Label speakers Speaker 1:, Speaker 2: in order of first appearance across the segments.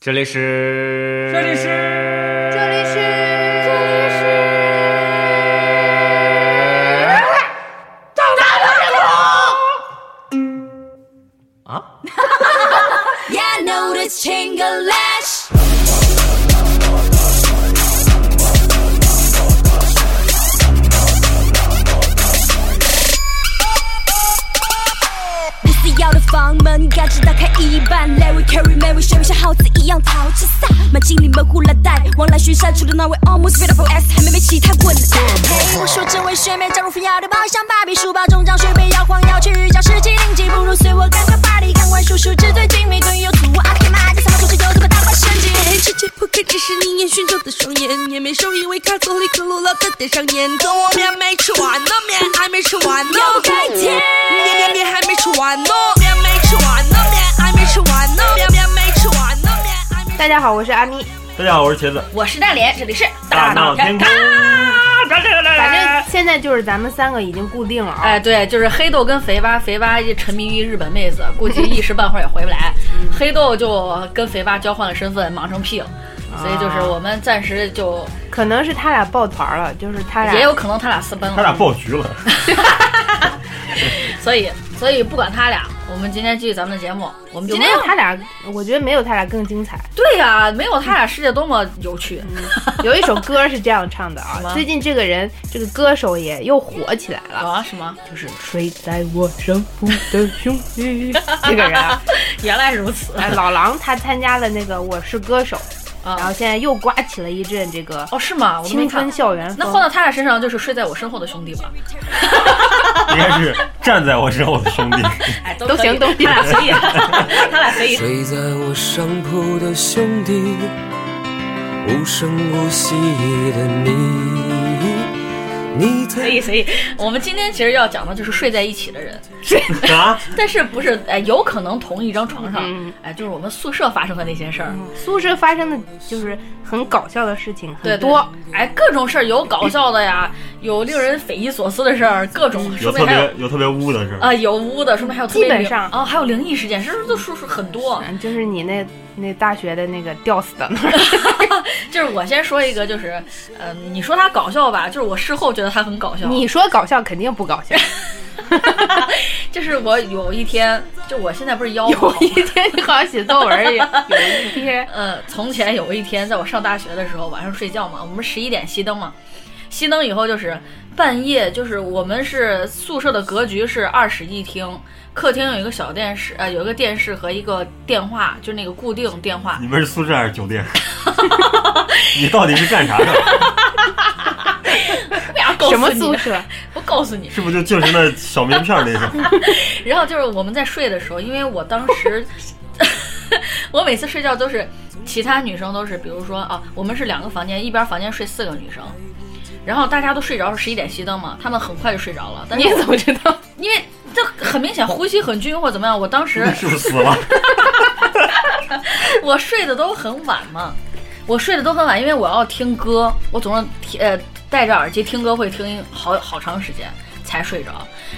Speaker 1: 这里是，
Speaker 2: 这里是
Speaker 3: 这里是
Speaker 1: 啊，
Speaker 3: Yeah, I know this Chingalish. 必要的房门，赶紧打开一半。Larry Carey、Mary 像像耗子一样淘气撒，满经理们呼啦带，往来巡山除了那位 Almost Beautiful S，还没被其他混了蛋。嘿，我说这位学妹，假如非要的包厢芭比，书包重装，学妹摇晃要去瑜伽室，七零级，不如随我干个 party，看完叔叔纸醉金迷，对有土阿 K 妈，这三八出去就这么大花神经。
Speaker 4: 哎，直接扑开迪士尼烟熏皱的双眼，也没收一位卡索里克罗拉的点上烟。等我面没吃完呢，面还没吃完呢，
Speaker 3: 要不开天
Speaker 4: 面面面还没吃完呢，面没吃完呢，面还没吃完呢，面面没吃完呢，面还没。
Speaker 5: 大家好，我是阿咪。
Speaker 2: 大家好，我是茄子。
Speaker 5: 我是大连，这里是
Speaker 2: 大闹天宫，
Speaker 5: 反正现在就是咱们三个已经固定了啊。
Speaker 6: 哎，对，就是黑豆跟肥八，肥八就沉迷于日本妹子，估计一时半会儿也回不来。
Speaker 5: 嗯
Speaker 6: 黑豆就跟肥八交换了身份，忙成屁了。
Speaker 5: 啊
Speaker 6: 所以就是我们暂时就
Speaker 5: 可能是他俩抱团了，就是他俩
Speaker 6: 也有可能他俩私奔
Speaker 2: 他俩
Speaker 6: 了，
Speaker 2: 爆局了。
Speaker 6: 所以所以不管他俩，我们今天继续咱们的节目。我们
Speaker 5: 有
Speaker 6: 今
Speaker 5: 没
Speaker 6: 天
Speaker 5: 有他俩？我觉得没有他俩更精 彩。
Speaker 6: 对呀、没有他俩世界多么有趣。
Speaker 5: 嗯有一首歌是这样唱的啊
Speaker 6: 什，么
Speaker 5: 最近这个人这个歌手也又火起来了，
Speaker 6: 啊，什么？
Speaker 5: 就是睡在我上铺的兄弟这个人啊，
Speaker 6: 原来如此
Speaker 5: 哎老狼他参加了那个《我是歌手》，然后
Speaker 6: 啊！
Speaker 5: 现在又刮起了一阵这个
Speaker 6: 哦，是吗？我都没
Speaker 5: 青
Speaker 6: 看
Speaker 5: 春。校园
Speaker 6: 那换
Speaker 5: 风。
Speaker 6: 到他俩身上，就是睡在我身后的兄弟吧。
Speaker 2: 应该是站在我身后的兄弟，
Speaker 6: 哎，都
Speaker 5: 都
Speaker 6: 可以
Speaker 5: 行都行
Speaker 6: 他俩随意， 他俩随意。
Speaker 7: 睡在我上铺的兄弟，无声无息的你，你
Speaker 6: 所以，
Speaker 7: 在
Speaker 6: 所以我们今天其实要讲的就是睡在一起的人，
Speaker 2: 啊，
Speaker 6: 但是不是哎，有可能同一张床上
Speaker 5: 嗯，
Speaker 6: 哎，就是我们宿舍发生的那些事儿，
Speaker 5: 宿舍发生的就是很搞笑的事情
Speaker 6: 对
Speaker 5: 很
Speaker 6: 对
Speaker 5: 多，，
Speaker 6: 哎，各种事儿，有搞笑的呀，有令人匪夷所思的事儿，各种，
Speaker 2: 有
Speaker 6: 说
Speaker 2: 特
Speaker 6: 明还有
Speaker 2: 别有特别污的事儿。
Speaker 6: 啊有污的，说明还有特别
Speaker 5: 基本
Speaker 6: 灵
Speaker 5: 上
Speaker 6: 啊，还有灵异事件，是不是都说说很多？
Speaker 5: 嗯就是你那那大学的那个吊死的那儿，
Speaker 6: 就是我先说一个，就是，呃，你说他搞笑吧，就是我事后觉得他很搞笑，
Speaker 5: 你说搞笑肯定不搞笑。
Speaker 6: 就是我有一天，就我现在不是腰不
Speaker 5: 有
Speaker 6: 好
Speaker 5: 一天你好像写作文一样，有一 天
Speaker 6: 呃，从前有一天，在我上大学的时候，晚上睡觉嘛，我们十一点熄灯嘛，熄灯以后就是半夜，就是我们是宿舍的格局是二室一厅，客厅有一个小电视，呃，有一个电视和一个电话，就那个固定电话。
Speaker 2: 你们是宿舍还是酒店？ 你到底是干啥的？
Speaker 6: 为啥告诉
Speaker 5: 什么
Speaker 6: 你
Speaker 5: 宿
Speaker 6: 的？
Speaker 5: 舍？
Speaker 6: 我告诉你，
Speaker 2: 是不是就就是那小名片那种？
Speaker 6: 然后就是我们在睡的时候，因为我当时， 我每次睡觉都是其他女生都是，比如说啊，我们是两个房间，一边房间睡四个女生，然后大家都睡着了，十一点熄灯嘛，她们很快就睡着了。但是
Speaker 5: 你怎么知道？
Speaker 6: 因为这很明显呼吸很均匀或者怎么样，我 当时
Speaker 2: 是不是死了？
Speaker 6: 我睡得都很晚嘛，我睡得都很晚，因为我要听歌，我总是听呃戴着耳机听歌会听好好长时间才睡着。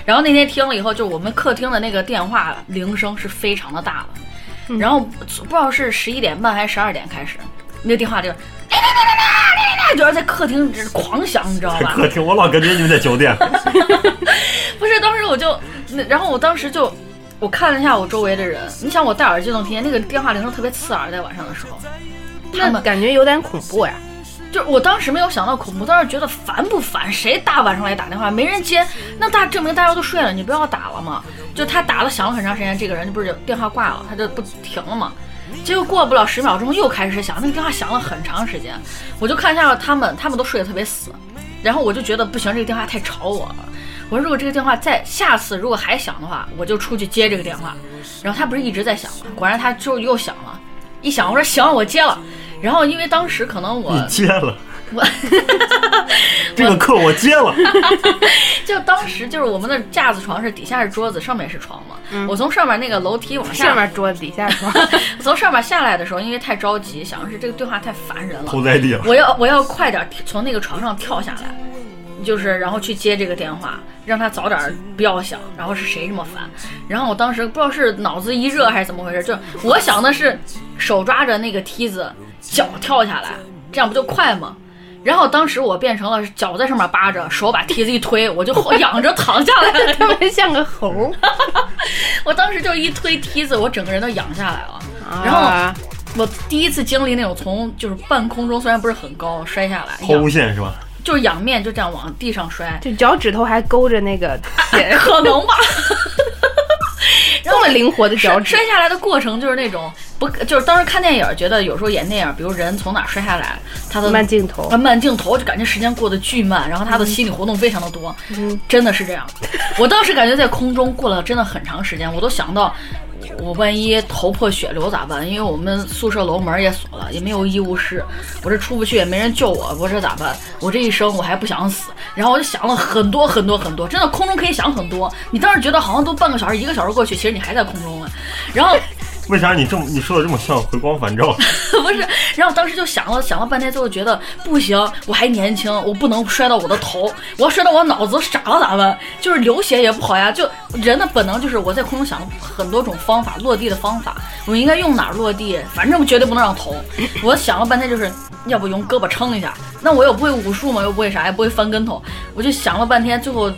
Speaker 6: 然后那天听了以后，就我们客厅的那个电话铃声是非常的大的，然后不知道是十一点半还是十二点开始，那个电话就是。就是在客厅这狂响，你知道
Speaker 2: 在
Speaker 6: 吧？
Speaker 2: 客厅，我老感觉你们在酒店。
Speaker 6: 不是，当时我就，那然后我当时就，我看了一下我周围的人，你想我戴耳机能听见那个电话铃声特别刺耳，在晚上的时候，他
Speaker 5: 那
Speaker 6: 们
Speaker 5: 感觉有点恐怖呀。
Speaker 6: 就是我当时没有想到恐怖，当时觉得烦不烦？谁大晚上来打电话没人接，那大证明大家都睡了，你不要打了嘛。就他打了响了很长时间，这个人就不是电话挂了，他就不停了嘛。结果过不了十秒钟又开始响，那个电话响了很长时间，我就看一下他们，他们都睡得特别死，然后我就觉得不行，这个电话太吵我了。我说如果这个电话再下次如果还响的话，我就出去接这个电话。然后他不是一直在响吗？果然他就又响了，一响我说行，我接了。然后因为当时可能我
Speaker 2: 你接了，
Speaker 6: 我
Speaker 2: 这个课我接了。
Speaker 6: 就当时就是我们的架子床是底下是桌子，上面是床嘛。我从上面那个楼梯往下，
Speaker 5: 嗯上 面桌子底下桌，
Speaker 6: 从上面下来的时候，因为太着急，想的是这个对话太烦人了，
Speaker 2: 头栽地了。
Speaker 6: 我要我要快点从那个床上跳下来，就是然后去接这个电话，让他早点不要响。然后是谁这么烦？然后我当时不知道是脑子一热还是怎么回事，就我想的是手抓着那个梯子，脚跳下来，这样不就快吗？然后当时我变成了脚在上面扒着，手把梯子一推，我就 后仰着躺下来了。
Speaker 5: 特别像个猴儿。
Speaker 6: 我当时就一推梯子，我整个人都仰下来了。然后
Speaker 5: 啊
Speaker 6: 我第一次经历那种从就是半空中虽然不是很高摔下来，
Speaker 2: 抛
Speaker 6: 仰
Speaker 2: 物线是吧？
Speaker 6: 就是仰面就这样往地上摔，
Speaker 5: 就脚趾头还勾着那 个铁，
Speaker 6: 可能吧。
Speaker 5: 这么灵活的脚
Speaker 6: 摔
Speaker 5: 趾，
Speaker 6: 摔下来的过程就是那种不就是当时看电影觉得有时候演电影，比如人从哪儿摔下来，他的
Speaker 5: 慢镜头
Speaker 6: 啊，慢镜头就感觉时间过得巨慢，然后他的心理活动非常的多，
Speaker 5: 嗯
Speaker 6: 真的是这样。我当时感觉在空中过了真的很长时间，我都想到我万一头破血流咋办？因为我们宿舍楼门也锁了，也没有医务室，我这出不去也没人救我，我这咋办？我这一生我还不想死。然后我就想了很多很多很多，真的空中可以想很多。你当时觉得好像都半个小时一个小时过去，其实你还在空中了。然后
Speaker 2: 为啥你这么你说的这么像回光返照？
Speaker 6: 不是，然后当时就想了想了半天，最后觉得不行，我还年轻，我不能摔到我的头，我要摔到我脑子傻了咋办？就是流血也不好呀，就人的本能就是我在空中想了很多种方法，落地的方法，我应该用哪儿落地，反正绝对不能让头。我想了半天，就是要不用胳膊撑一下，那我又不会武术嘛，又不会啥，也不会翻跟头，我就想了半天，最后。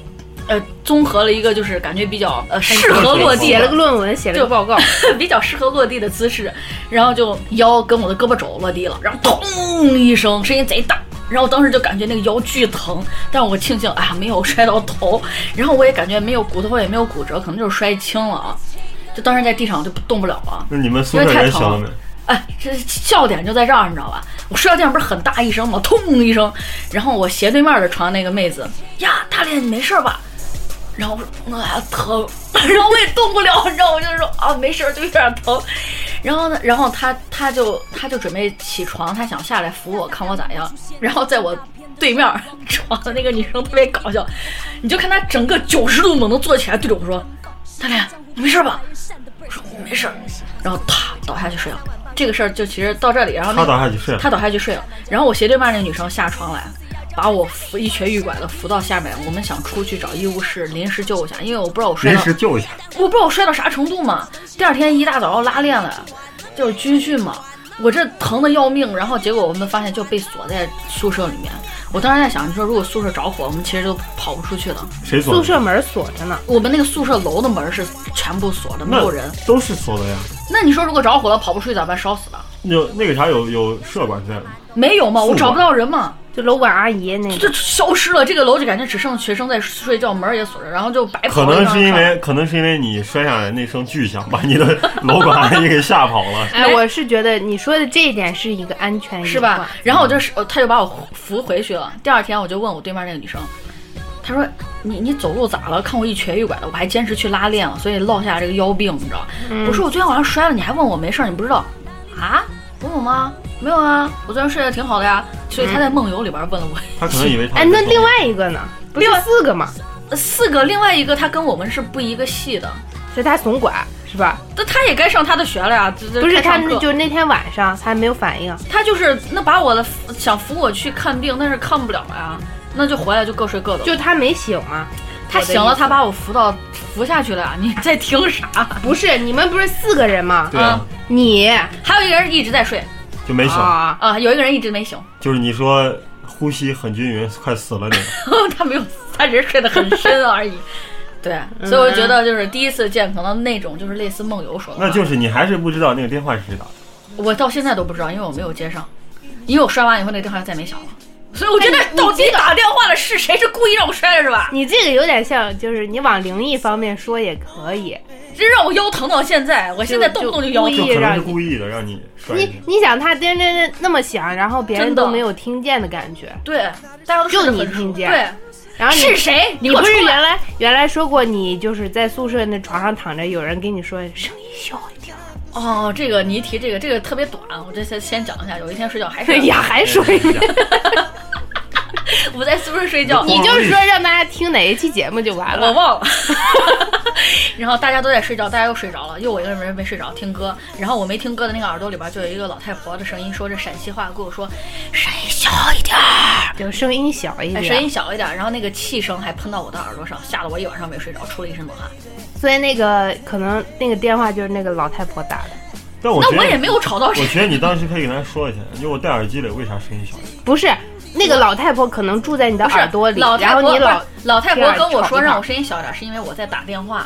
Speaker 6: 呃，综合了一个就是感觉比较呃适合落地，
Speaker 5: 写了个论文，写了个报 告，
Speaker 6: 比较适合落地的姿势，然后就腰跟我的胳膊肘落地了，然后咚一声，声音贼大，然后当时就感觉那个腰巨疼，但是我庆幸啊没有摔到头，然后我也感觉没有骨头也没有骨折，可能就是摔青了啊，就当时在地上就动不了啊了。
Speaker 2: 那你们宿舍人想了没？
Speaker 6: 哎，这笑点就在这儿，你知道吧？我摔到地上不是很大一声吗？痛一声，然后我斜对面的床那个妹子呀，大脸你没事儿吧？然后我说那还疼， 然后我也动不了，你知道，我就说啊没事儿，就有点疼。然后呢，然后她她就她就准备起床，她想下来扶我，看我咋样。然后在我对面儿 床的那个女生特别搞笑，你就看她整个九十度猛地坐起来，对着我说：“大脸，你没事儿吧？”我说我没事儿，然后啪倒下去睡了。这个事儿就其实到这里，然后那
Speaker 2: 他倒下去睡了
Speaker 6: 她倒下去睡了。然后我斜对面那女生下床来，把我扶一瘸一拐的扶到下面。我们想出去找医务室临时救一下，因为我不知道我摔
Speaker 2: 临
Speaker 6: 到
Speaker 2: 时救一下，
Speaker 6: 我不知道我摔到啥程度嘛。第二天一大早要拉练了，就是军训嘛。我这疼的要命，然后结果我们发现就被锁在宿舍里面。我当时在想，你说如果宿舍着火，我们其实就跑不出去了。
Speaker 2: 谁锁的？
Speaker 5: 宿舍门锁着呢，
Speaker 6: 我们那个宿舍楼的门是全部锁的，没
Speaker 2: 那
Speaker 6: 有人。
Speaker 2: 都是锁的呀。
Speaker 6: 那你说如果着火了跑不出去咋办？烧死了？
Speaker 2: 有那个啥有有舍管在吗？
Speaker 6: 没有嘛，我找不到人嘛，
Speaker 5: 就楼管阿姨那个
Speaker 6: 就消失了。这个楼就感觉只剩学生在睡觉，门儿也锁着，然后就白跑
Speaker 2: 可
Speaker 6: 了
Speaker 2: 能
Speaker 6: 一趟
Speaker 2: 是因
Speaker 6: 上来
Speaker 2: 为可能是因为你摔下来那声巨响，把你的 楼管阿姨给吓跑了。
Speaker 5: 哎，我是觉得你说的这一点是一个安全隐
Speaker 6: 是吧
Speaker 2: 嗯
Speaker 5: 患？？
Speaker 6: 然后我就是，呃他就把我扶回去了。第二天我就问我对面那个女生，她说：“你你走路咋了？看我一瘸一拐的，我还坚持去拉练了，所以落下这个腰病，你知道？”
Speaker 2: 嗯
Speaker 6: 我说：“我昨天晚上摔了，你还问我没事儿，你不知道啊？我有吗？没有啊，我昨天睡得挺好的呀。”
Speaker 2: 嗯
Speaker 6: 所以她在梦游里边问了我、
Speaker 2: 他可能以为他
Speaker 5: 哎，那另外一个呢？不是
Speaker 6: 另外
Speaker 5: 四个嘛？
Speaker 6: 四个，另外一个她跟我们是不一个系的，
Speaker 5: 是他怂管是吧？
Speaker 6: 但她也该上她的学了呀。这这
Speaker 5: 不是
Speaker 6: 该
Speaker 5: 他
Speaker 6: 上
Speaker 5: 们
Speaker 6: 课
Speaker 5: 就是那天晚上他没有反应，
Speaker 6: 他就是那把我的想扶我去看病，但是看不了了呀，那就回来就各睡各的。
Speaker 5: 就他没醒嘛。
Speaker 6: 他醒了，他把我扶到扶下去了呀！ 你在听啥？
Speaker 5: 不是你们不是四个人吗？
Speaker 2: 对啊，
Speaker 5: 你
Speaker 6: 还有一个人一直在睡
Speaker 2: 就没醒，
Speaker 5: 啊，
Speaker 6: 啊，有一个人一直没醒，
Speaker 2: 就是你说呼吸很均匀，快死了那个。
Speaker 6: 他没有，他只是睡得很深而已。 对，所以我就觉得就是第一次见，可能那种就是类似梦游说的话，
Speaker 2: 那就是你还是不知道那个电话是谁打的。
Speaker 6: 我到现在都不知道，因为我没有接上，因为我摔完以后那电话再没响了。所以我觉哎得到底打电话的是谁？是故意让我摔的是吧？
Speaker 5: 你这个有点像，就是你往灵异方面说也可以。
Speaker 6: 这让我腰疼到现在，我现在动不动就腰
Speaker 5: 故
Speaker 6: 疼。
Speaker 2: 就
Speaker 5: 意
Speaker 2: 可能
Speaker 5: 让
Speaker 2: 是
Speaker 5: 你，
Speaker 2: 故意的让你摔一
Speaker 5: 你
Speaker 2: 下。
Speaker 5: 你想他叮叮叮那么响，然后别人
Speaker 6: 真的
Speaker 5: 都没有听见的感觉，
Speaker 6: 对，大家都
Speaker 5: 就
Speaker 6: 睡得
Speaker 5: 你
Speaker 6: 很熟
Speaker 5: 听见
Speaker 6: 对，
Speaker 5: 然后你
Speaker 6: 是谁？
Speaker 5: 你
Speaker 6: 给我
Speaker 5: 不是
Speaker 6: 出来
Speaker 5: 原来原来说过你就是在宿舍那床上躺着，有人跟你说声音 小一点，
Speaker 6: 哦，这个你一提这个，这个特别短，啊我这先先讲一下。有一天睡觉还是
Speaker 5: 哎呀，还说一遍，
Speaker 6: 我在宿舍睡觉，
Speaker 5: 你就说让大家听哪一期节目就完
Speaker 6: 我
Speaker 5: 了。
Speaker 6: 忘了。 然后大家都在睡觉，大家都睡着了，又我一个人没睡着听歌。然后我没听歌的那个耳朵里边就有一个老太婆的声音，说着陕西话跟我说：“
Speaker 5: 哎
Speaker 6: 声音小一点儿，
Speaker 5: 就声音小一
Speaker 6: 哎声
Speaker 5: 点，
Speaker 6: 音小一点儿。”然后那个气声还喷到我的耳朵上，吓得我一晚上没睡着，出了一身冷汗。
Speaker 5: 所以那个可能那个电话就是那个老太婆打的。
Speaker 2: 但我觉
Speaker 6: 那
Speaker 2: 得
Speaker 6: 我也没有吵到
Speaker 2: 我
Speaker 6: 谁。
Speaker 2: 觉得你当时可以跟他说一下，你说我戴耳机了，为啥声音小？
Speaker 5: 不是那个老太婆可能住在你的
Speaker 6: 不是
Speaker 5: 耳朵里，
Speaker 6: 老
Speaker 5: 然
Speaker 6: 太
Speaker 5: 后
Speaker 6: 婆
Speaker 5: 你老
Speaker 6: 不是老太婆跟我说
Speaker 5: 天啊
Speaker 6: 让我声音小点，是因为我在打电话，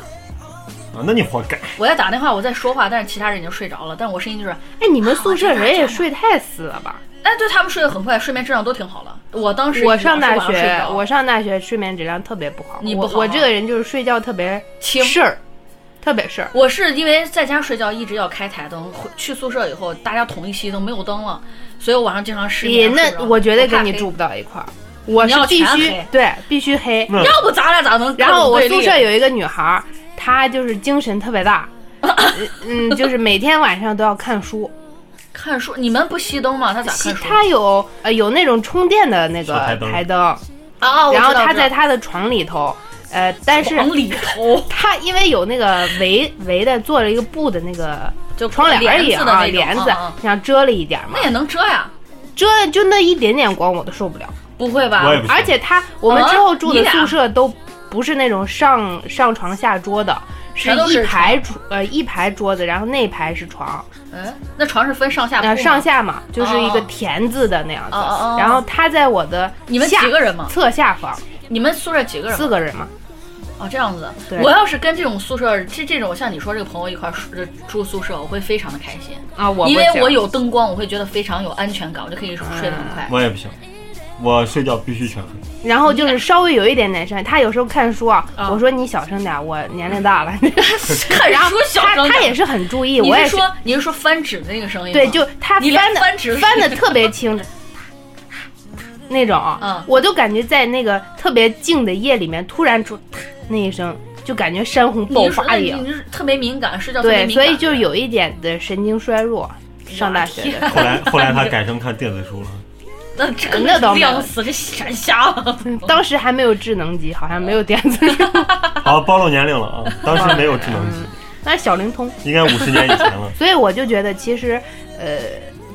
Speaker 2: 啊，那你活该。
Speaker 6: 我在打电话，我在说话，但是其他人已经睡着了，但我声音就是，
Speaker 5: 哎，你们宿舍人也睡太死了吧？
Speaker 6: 哎，对他们睡得很快，睡眠质量都挺好了。我当时
Speaker 5: 我上大
Speaker 6: 一晚睡不
Speaker 5: 学，
Speaker 6: 着
Speaker 5: 我上大学睡眠质量特别不好，
Speaker 6: 你
Speaker 5: 我
Speaker 6: 不好
Speaker 5: 我
Speaker 6: 吗
Speaker 5: 这个人就是睡觉特别
Speaker 6: 轻
Speaker 5: 事儿，特别事儿。
Speaker 6: 我是因为在家睡觉一直要开台灯，回去宿舍以后大家同一期灯没有灯了，所以我晚上经常失
Speaker 5: 你
Speaker 6: 眠。睡
Speaker 5: 那
Speaker 6: 不着
Speaker 5: 我绝对
Speaker 6: 怕
Speaker 5: 跟你
Speaker 6: 黑
Speaker 5: 住不到一块儿，我
Speaker 6: 你
Speaker 5: 是
Speaker 6: 要
Speaker 5: 必
Speaker 6: 全
Speaker 5: 须
Speaker 6: 黑嗯
Speaker 5: 对必须黑。
Speaker 2: 那
Speaker 6: 要不咱俩咋能？
Speaker 5: 然后我宿舍有一个女孩儿，她就是精神特别大， 嗯，嗯就是每天晚上都要看书。
Speaker 6: 看书，你们不熄灯吗？他咋
Speaker 5: 其
Speaker 6: 看书？
Speaker 5: 她有呃有那种充电的那个
Speaker 2: 小台灯
Speaker 5: 台灯，
Speaker 6: 啊，我知
Speaker 5: 然
Speaker 6: 道
Speaker 5: 后她
Speaker 6: 知道哦
Speaker 5: 在她的床里头，呃，但是
Speaker 6: 往里头，
Speaker 5: 她因为有那个围围的做了一个布的那个
Speaker 6: 就
Speaker 5: 窗帘而已
Speaker 6: 帘子的那
Speaker 5: 啊，
Speaker 6: 种
Speaker 5: 帘子
Speaker 6: 啊啊，
Speaker 5: 想遮了一点嘛
Speaker 6: 那，也能遮呀？
Speaker 5: 遮就那一点点光我都受不了。
Speaker 6: 不会吧？
Speaker 2: 我也不行
Speaker 5: 而且他我们之后住
Speaker 6: 哦你
Speaker 5: 的
Speaker 6: 俩
Speaker 5: 宿舍都不是那种上上床下桌的，是
Speaker 6: 全都是
Speaker 5: 一排桌呃一排桌子，然后那排是床，
Speaker 6: 嗯，那床是分上下铺吗
Speaker 5: 呃上。下嘛，就是一个
Speaker 6: 哦
Speaker 5: 田字的那样子。
Speaker 6: 哦哦哦
Speaker 5: 然后他在我的
Speaker 6: 你们
Speaker 5: 下
Speaker 6: 几个人吗
Speaker 5: 侧下方
Speaker 6: 你们宿舍几个人？
Speaker 5: 四个人嘛，
Speaker 6: 哦，这样子
Speaker 5: 对。
Speaker 6: 我要是跟这种宿舍这这种像你说这个朋友一块儿住住宿舍，我会非常的开心。
Speaker 5: 啊我
Speaker 6: 因为
Speaker 5: 不行
Speaker 6: 我有灯光，我会觉得非常有安全感，我就可以睡得很
Speaker 5: 啊
Speaker 6: 快。
Speaker 2: 我也不行，我睡觉必须全黑。
Speaker 5: 然后就是稍微有一点点声，他有时候看书啊，
Speaker 6: 啊
Speaker 5: 我说你小声点儿，我年龄 大了。
Speaker 6: 看书小
Speaker 5: 他
Speaker 6: 声
Speaker 5: 他
Speaker 6: 点
Speaker 5: 也是很注意，
Speaker 6: 你
Speaker 5: 我也
Speaker 6: 是
Speaker 5: 是
Speaker 6: 说你是说翻纸的那个声音吗？
Speaker 5: 对，就他
Speaker 6: 你连
Speaker 5: 翻的
Speaker 6: 翻纸
Speaker 5: 翻的特别轻，那种，
Speaker 6: 嗯
Speaker 5: 我都感觉在那个特别静的夜里面，突然出啪那一声，就感觉山洪
Speaker 6: 你
Speaker 5: 爆
Speaker 6: 是说
Speaker 5: 发一
Speaker 6: 你
Speaker 5: 样。
Speaker 6: 你是特别敏感，睡觉特别
Speaker 5: 对，
Speaker 6: 敏
Speaker 5: 所
Speaker 6: 感。
Speaker 5: 以就是有一点的神经衰弱。上大学
Speaker 6: 啊
Speaker 5: 的，
Speaker 2: 后来后来他改成看电子书了，
Speaker 6: 那这个
Speaker 5: 那倒没有
Speaker 6: 亮死这闪瞎了。
Speaker 5: 当时还没有智能机，好像没有电子书，
Speaker 2: 好暴露年龄了啊！当时没有智能机，
Speaker 5: 那小灵通。
Speaker 2: 应该五十年以前了。
Speaker 5: 所以我就觉得，其实，呃，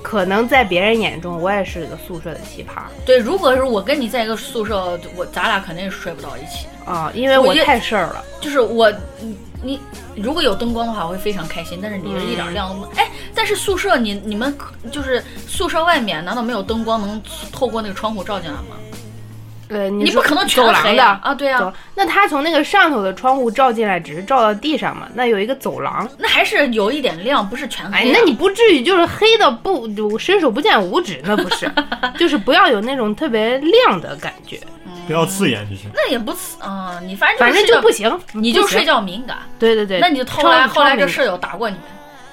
Speaker 5: 可能在别人眼中，我也是个宿舍的奇葩
Speaker 6: 对，如果是我跟你在一个宿舍，我咱俩肯定是睡不到一起。
Speaker 5: 啊、因为
Speaker 6: 我
Speaker 5: 我
Speaker 6: 觉得
Speaker 5: 太事儿了。
Speaker 6: 就是我，你你如果有灯光的话，我会非常开心。但是你这一点
Speaker 5: 嗯
Speaker 6: 亮都没，哎，但是宿舍你你们可就是宿舍外面，难道没有灯光能透过那个窗户照进来吗？
Speaker 5: 呃，你
Speaker 6: 你
Speaker 5: 说
Speaker 6: 不可能全
Speaker 5: 走廊
Speaker 6: 黑
Speaker 5: 的
Speaker 6: 啊啊对啊
Speaker 5: 走那他从那个上头的窗户照进来，只是照到地上嘛？那有一个走廊，
Speaker 6: 那还是有一点亮，不是全黑、啊
Speaker 5: 哎，那你不至于就是黑的不伸手不见五指，那不 是，就是不要有那种特别亮的感觉，
Speaker 2: 不要刺眼就行。
Speaker 6: 那也不刺啊、你反正
Speaker 5: 反正
Speaker 6: 睡
Speaker 5: 就
Speaker 6: 觉
Speaker 5: 不，行，
Speaker 6: 你就
Speaker 5: 不行
Speaker 6: 睡。觉敏感。
Speaker 5: 对对对，
Speaker 6: 那你就后
Speaker 5: 超
Speaker 6: 来后来
Speaker 5: 超
Speaker 6: 这舍友打过你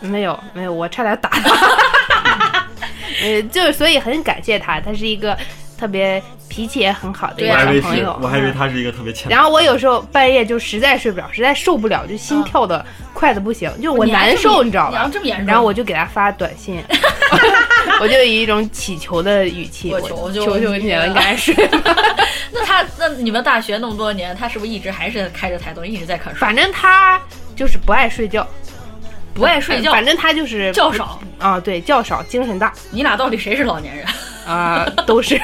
Speaker 6: 们，
Speaker 5: 没有没有，我差点打他。 呃，就是所以很感谢他，他是一个特别脾气也很好的一
Speaker 6: 对啊
Speaker 5: 个
Speaker 2: 我还以为
Speaker 5: 小朋
Speaker 2: 是，
Speaker 5: 友。嗯
Speaker 2: 我还以为
Speaker 6: 嗯
Speaker 2: 他是一个特别欠。
Speaker 5: 然后我有时候半夜就实在睡不了，实在受不了，就心跳的快的不行，就我
Speaker 6: 你还
Speaker 5: 难
Speaker 6: 这么
Speaker 5: 受，你知道
Speaker 6: 你要
Speaker 5: 吧？
Speaker 6: 这么严重，
Speaker 5: 然后我就给他发短信， 我就以一种祈求的语气，我
Speaker 6: 我求求
Speaker 5: 求求
Speaker 6: 你
Speaker 5: 你了，
Speaker 6: 了
Speaker 5: 你赶紧睡吧。
Speaker 6: 那他那你们大学那么多年，他是不是一直还是开着台灯一直在看 书，
Speaker 5: 反正他就是不爱睡觉，
Speaker 6: 不爱睡觉，
Speaker 5: 反正他就是
Speaker 6: 觉少。
Speaker 5: 啊，对，觉少，精神大
Speaker 6: 你俩到底谁是老年人？
Speaker 5: 啊，都 是。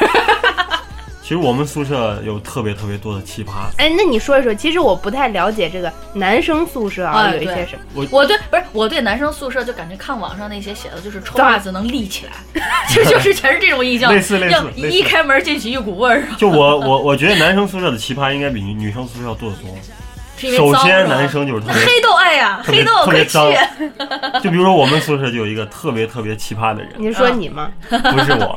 Speaker 2: 其实我们宿舍有特别特别多的奇葩，
Speaker 5: 哎，那你说一说，其实我不太了解这个男生宿舍啊
Speaker 6: 哎
Speaker 5: 有一些
Speaker 6: 对
Speaker 5: 什么。
Speaker 6: 我对不是我对男生宿舍就感觉看网上那些写的 就是臭袜子能立起来，就就是 全是这种印象，
Speaker 2: 类似类似
Speaker 6: 要
Speaker 2: 类似
Speaker 6: 一开门进去一股味儿，啊
Speaker 2: 就我我我觉得男生宿舍的奇葩应该比女女生宿舍要多得多。
Speaker 6: 是因为
Speaker 2: 首
Speaker 6: 脏
Speaker 2: 先，
Speaker 6: 是吧
Speaker 2: 男生就是特别
Speaker 6: 黑豆爱呀，
Speaker 2: 特别
Speaker 6: 黑豆
Speaker 2: 特
Speaker 6: 可
Speaker 2: 别
Speaker 6: 以去，
Speaker 2: 脏。就比如说我们宿舍就有一个特别特别奇葩的人，
Speaker 5: 你是说
Speaker 6: 嗯
Speaker 5: 你吗？
Speaker 2: 不是我，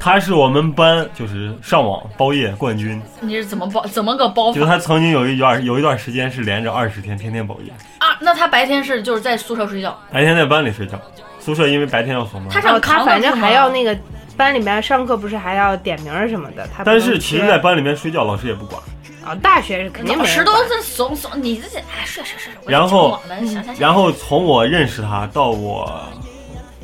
Speaker 2: 他是我们班就是上网包夜冠军，
Speaker 6: 你是怎么包怎么个包
Speaker 2: 就是
Speaker 6: 法
Speaker 2: 他曾经有一段有一段时间是连着二十天天天包夜，
Speaker 6: 啊？那他白天是就是在宿舍睡觉，
Speaker 2: 白天在班里睡觉，宿舍因为白天要锁门
Speaker 6: 他。
Speaker 5: 然后
Speaker 6: 上
Speaker 5: 哦他
Speaker 6: 扛
Speaker 5: 反
Speaker 6: 得
Speaker 5: 正
Speaker 6: 住吗
Speaker 5: 还要那个班里面上课不是还要点名儿什么的，他不
Speaker 2: 但
Speaker 5: 能
Speaker 2: 是其实，
Speaker 5: 缺
Speaker 2: 在班里面睡觉，老师也不管。
Speaker 5: 啊、大学是肯定
Speaker 6: 老
Speaker 5: 没
Speaker 6: 师
Speaker 5: 人
Speaker 6: 都
Speaker 5: 管
Speaker 6: 是怂怂，你这是哎睡睡睡，我
Speaker 2: 然后
Speaker 6: 上网了想想想
Speaker 2: 然后从我认识他到我，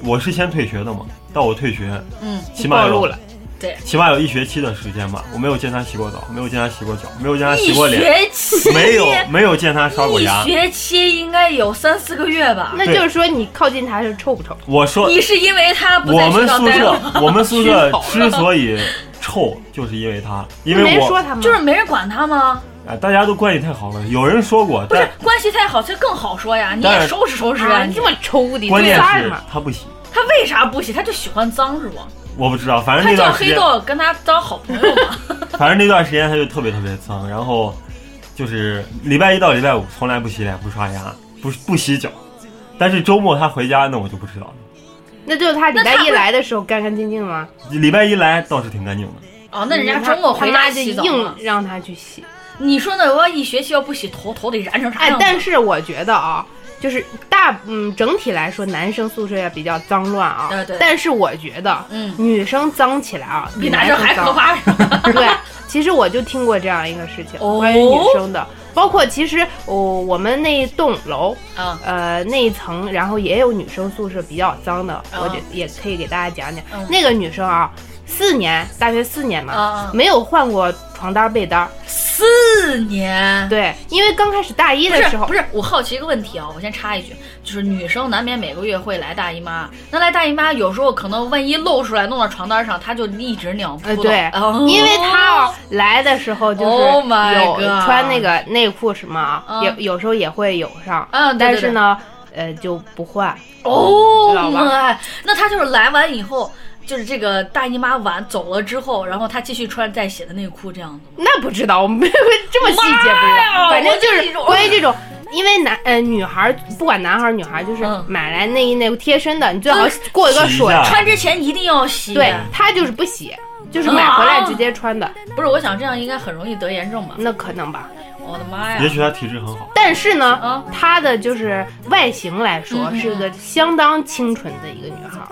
Speaker 2: 我是先退学的嘛，到我退学，
Speaker 6: 嗯，
Speaker 2: 起码
Speaker 5: 暴露
Speaker 2: 有
Speaker 5: 了
Speaker 6: 对
Speaker 2: 起码有一学期的时间吧，我没有见他洗过澡，没有见他洗过脚，没有见他洗
Speaker 6: 一
Speaker 2: 过脸，
Speaker 6: 学期
Speaker 2: 没有没有见他刷过
Speaker 6: 一
Speaker 2: 牙。
Speaker 6: 学期应该有三四个月吧。
Speaker 5: 那
Speaker 2: 对
Speaker 5: 就是说你靠近他是臭不臭？
Speaker 2: 我 说
Speaker 6: 你是因为他不在
Speaker 2: 我
Speaker 6: 学
Speaker 2: 们
Speaker 6: 校
Speaker 2: 宿
Speaker 6: 待着吗，
Speaker 2: 舍， 我们 宿舍之所以臭，就是因为他，因
Speaker 5: 没
Speaker 2: 为
Speaker 5: 人说
Speaker 2: 我
Speaker 5: 他吗？
Speaker 6: 就是没人管他吗？
Speaker 2: 啊，大家都关系太好了。有人说过，
Speaker 6: 不是
Speaker 2: 但
Speaker 6: 关系太好才更好说呀，你
Speaker 2: 但
Speaker 6: 也
Speaker 2: 是
Speaker 6: 收拾收拾
Speaker 5: 啊，
Speaker 6: 呀。
Speaker 5: 你
Speaker 6: 你
Speaker 5: 这么抽的，
Speaker 2: 关
Speaker 5: 对
Speaker 2: 键
Speaker 5: 吧
Speaker 2: 是他不洗，
Speaker 6: 他为啥不洗？他就喜欢脏是不？
Speaker 2: 我不知道。反正啊
Speaker 6: 他
Speaker 2: 那
Speaker 6: 叫
Speaker 2: 段时
Speaker 6: 黑
Speaker 2: 间，
Speaker 6: 豆跟他当好朋友嘛。
Speaker 2: 反正那段时间他就特别特别脏，然后就是礼拜一到礼拜五从来不洗脸、不刷牙、不不洗脚，但是周末他回家那我就不知道了。
Speaker 5: 那就是他礼拜
Speaker 6: 那他
Speaker 5: 一来的时候干干净净吗？
Speaker 2: 礼拜一来倒是挺干净的，
Speaker 6: 哦，那人家
Speaker 5: 他
Speaker 6: 周末回
Speaker 5: 他
Speaker 6: 家
Speaker 5: 妈就
Speaker 6: 洗澡
Speaker 5: 硬
Speaker 6: 了。
Speaker 5: 让他去洗。
Speaker 6: 你说那我要一学期要不洗头，头得染成啥
Speaker 5: 哎
Speaker 6: 样，子？
Speaker 5: 但是我觉得啊、就是大嗯，整体来说男生宿舍也比较脏乱啊、
Speaker 6: 对对
Speaker 5: 但是我觉得，
Speaker 6: 嗯
Speaker 5: 女生脏起来啊、
Speaker 6: 比男
Speaker 5: 男
Speaker 6: 生
Speaker 5: 生
Speaker 6: 还可
Speaker 5: 脏。
Speaker 6: 怕是吧？
Speaker 5: 对，其实我就听过这样一个事情，
Speaker 6: 哦
Speaker 5: 关于女生的，包括其实我、我们那一栋楼，
Speaker 6: 啊，
Speaker 5: 呃那一层，然后也有女生宿舍比较脏的，
Speaker 6: 嗯
Speaker 5: 我得也可以给大家讲讲。
Speaker 6: 嗯
Speaker 5: 那个女生啊，四年大学四年嘛，
Speaker 6: 嗯嗯
Speaker 5: 没有换过床单被单儿。
Speaker 6: 四年。
Speaker 5: 对，因为刚开始大一
Speaker 6: 嗯不
Speaker 5: 的
Speaker 6: 是
Speaker 5: 时候
Speaker 6: 不是，我好奇一个问题啊，我先插一句，就是女生难免每个月会来大姨妈，那来大姨妈有时候可能万一露出来弄到床单上，她就一直那样
Speaker 5: 呃，
Speaker 6: 扑
Speaker 5: 对，
Speaker 6: 腾
Speaker 5: 因为他哦来的时候就是
Speaker 6: Oh my
Speaker 5: 有
Speaker 6: God
Speaker 5: 穿那个内裤什么啊，
Speaker 6: 嗯
Speaker 5: 也有时候也会有上，
Speaker 6: 嗯对对
Speaker 5: 但是呢，呃就不换。
Speaker 6: 哦
Speaker 5: 知道吧
Speaker 6: 妈，那她就是来完以后，就是这个大姨妈完走了之后，然后她继续穿带血的内裤这样子吗。
Speaker 5: 那不知道，我们 这么细节不知
Speaker 6: 妈呀
Speaker 5: 道，反正就
Speaker 6: 我
Speaker 5: 是
Speaker 6: 这种
Speaker 5: 关于这种。因为男呃女孩儿不管男孩儿女孩儿，就是
Speaker 6: 嗯
Speaker 5: 买来内衣内裤贴身的，你最好
Speaker 6: 嗯
Speaker 5: 过一个
Speaker 2: 洗一
Speaker 5: 水。
Speaker 2: 下
Speaker 6: 穿之前一定要洗。
Speaker 5: 对，他就是不洗，就是买回来直接穿的，
Speaker 6: 不是，我想这样应该很容易得炎症吧？
Speaker 5: 那可能吧。
Speaker 6: 我的妈呀！
Speaker 2: 也许他体质很好。
Speaker 5: 但是呢
Speaker 6: 啊，
Speaker 5: 她的就是外形来说
Speaker 6: 嗯嗯
Speaker 5: 是个相当清纯的一个女孩儿，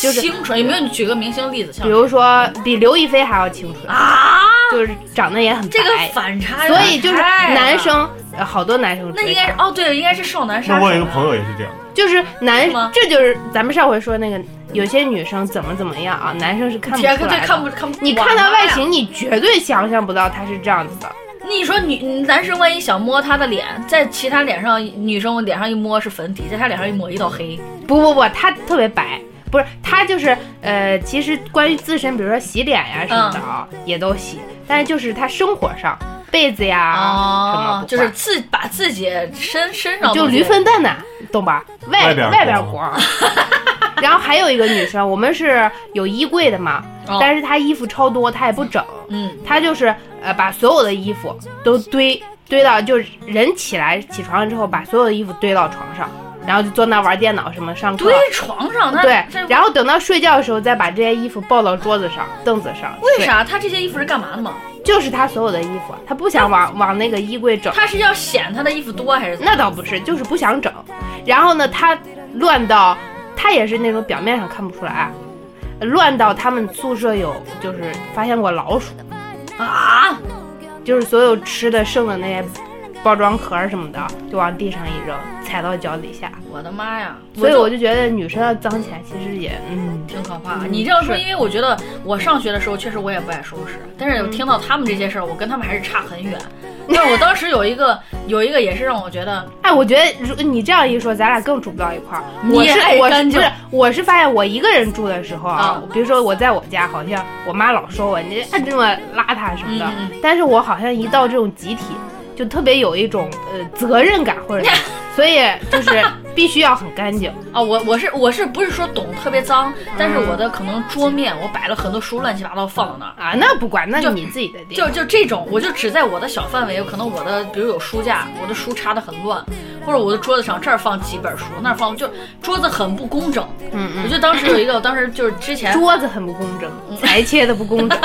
Speaker 5: 就是
Speaker 6: 清纯，有没有你举个明星例子？像
Speaker 5: 比如说比刘亦菲还要清纯，
Speaker 6: 啊，
Speaker 5: 就是长得也很
Speaker 6: 这个
Speaker 5: 白。
Speaker 6: 反差，
Speaker 5: 哎所以就是男。生，呃好多男生
Speaker 6: 那
Speaker 5: 追
Speaker 6: 应该是
Speaker 5: 她
Speaker 6: 哦，对，应该是少男杀
Speaker 2: 那
Speaker 6: 手。
Speaker 2: 我有一个朋友也是这样，
Speaker 5: 就是男
Speaker 6: 是吗，
Speaker 5: 这就是咱们上回说那个，有些女生怎么怎么样啊，男生是看不出
Speaker 6: 天，
Speaker 5: 来
Speaker 6: 对，看不
Speaker 5: 的。
Speaker 6: 看不，
Speaker 5: 你看她
Speaker 6: 哇
Speaker 5: 外，形，你绝对想象不到她是这样子的。
Speaker 6: 你说女男生万一想摸她的脸，在其他脸上，女生脸上一摸是粉底，在她脸上一抹一道黑。
Speaker 5: 不不不，她特别白，不是她就是呃，其实关于自身，比如说洗脸呀什
Speaker 6: 嗯
Speaker 5: 么的啊，也都洗，但是就是她生活上被子呀、什么
Speaker 6: 哦
Speaker 5: 不，
Speaker 6: 就是
Speaker 5: 换
Speaker 6: 自把自己身身上
Speaker 5: 就
Speaker 6: 东西
Speaker 5: 驴粪蛋蛋，懂吧？外
Speaker 2: 外边儿
Speaker 5: 外边儿
Speaker 2: 光
Speaker 5: 光。 然后还有一个女生，我们是有衣柜的嘛，
Speaker 6: 哦
Speaker 5: 但是她衣服超多，她也不整，
Speaker 6: 嗯，
Speaker 5: 她就是呃把所有的衣服都堆堆到，就是人起来起床之后，把所有的衣服堆到床上，然后就坐那玩电脑什么上课
Speaker 6: 堆。床上，那
Speaker 5: 对
Speaker 6: 这，
Speaker 5: 然后等到睡觉的时候，再把这些衣服抱到桌子上、凳子上。
Speaker 6: 为啥她这些衣服是干嘛的嘛？
Speaker 5: 对？就是她所有的衣服，她不想往往那个衣柜整。
Speaker 6: 她是要显她的衣服多还是怎么？
Speaker 5: 那倒不是，就是不想整。然后呢，他乱到他也是那种表面上看不出来，乱到他们宿舍有就是发现过老鼠，
Speaker 6: 啊？
Speaker 5: 就是所有吃的剩的那些包装壳儿什么的，就往地上一扔，踩到脚底下。
Speaker 6: 我的妈呀！
Speaker 5: 所以
Speaker 6: 就
Speaker 5: 我就觉得女生要脏起来，其实也嗯，
Speaker 6: 挺可怕。
Speaker 5: 嗯
Speaker 6: 你这样说，
Speaker 5: 是
Speaker 6: 因为我觉得我上学的时候确实我也不爱收拾，但
Speaker 5: 嗯
Speaker 6: 是我听到他们这些事儿，我跟他们还是差很远。 但是我当时有一个有一个也是让我觉得，
Speaker 5: 哎，我觉得如你这样一说，咱俩更住不到一块儿。
Speaker 6: 你
Speaker 5: 我是
Speaker 6: 爱
Speaker 5: 我是
Speaker 6: 干
Speaker 5: 不
Speaker 6: 净
Speaker 5: 是我是发现我一个人住的时候啊
Speaker 6: 啊，
Speaker 5: 比如说我在我家，好像我妈老说我你这这么邋遢什么的，
Speaker 6: 嗯
Speaker 5: 但是我好像一到这种集体，就特别有一种呃责任感或者 什么所以就是必须要很干净。
Speaker 6: 啊，我我是我是不是说懂特别脏，但是我的可能桌面我摆了很多书乱七八糟放在那儿。
Speaker 5: 啊，那不管，那
Speaker 6: 就是
Speaker 5: 你自己的地
Speaker 6: 就
Speaker 5: 方。
Speaker 6: 就这种，我就只在我的小范围，可能我的比如有书架，我的书插的很乱，或者我的桌子上这儿放几本书，那儿放就桌子很不工整。
Speaker 5: 嗯
Speaker 6: 我
Speaker 5: 嗯，
Speaker 6: 就当时有一个，我当时就是之前
Speaker 5: 桌子很不工整，
Speaker 6: 嗯
Speaker 5: 裁切的不工 整。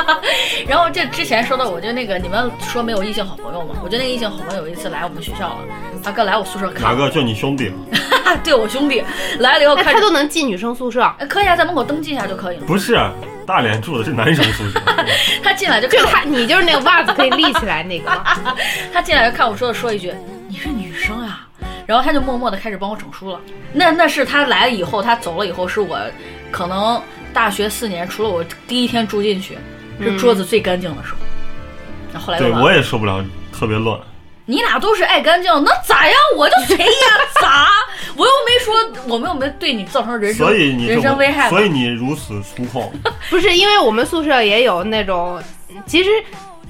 Speaker 6: 然后这之前说到，我就那个你们说没有异性好朋友嘛？我就那个异性好朋友有一次来我们学校了，他哥来我宿舍
Speaker 2: 哪
Speaker 6: 看，
Speaker 2: 个就你兄弟吗？
Speaker 6: 他对我兄弟来了以后
Speaker 5: 哎
Speaker 6: 看
Speaker 5: 他，都能进女生宿舍，
Speaker 6: 呃可以啊，在门口登记一下就可以了。
Speaker 2: 不是，啊大连住的是男生 宿舍，
Speaker 6: 他进来就
Speaker 5: 就是他，
Speaker 6: 看
Speaker 5: 你就是那个袜子可以立起来那个吗。
Speaker 6: 他进来就看我说的说一句：“你是女生啊。”然后他就默默的开始帮我整书了。那那是他来了以后，他走了以后，是我可能大学四年，除了我第一天住进去，是桌子最干净的时候。然后后来又
Speaker 2: 对
Speaker 6: 完了
Speaker 2: 嗯哎我也受不了，特别乱。
Speaker 6: 你俩都是爱干净，那咋样？我就随意啊，咋？我又没说，我们又没对你造成人身
Speaker 2: 所以你
Speaker 6: 人
Speaker 2: 这
Speaker 6: 身
Speaker 2: 么
Speaker 6: 危害吧，
Speaker 2: 所以你如此粗 犷，
Speaker 5: 不是，因为我们宿舍也有那种，其实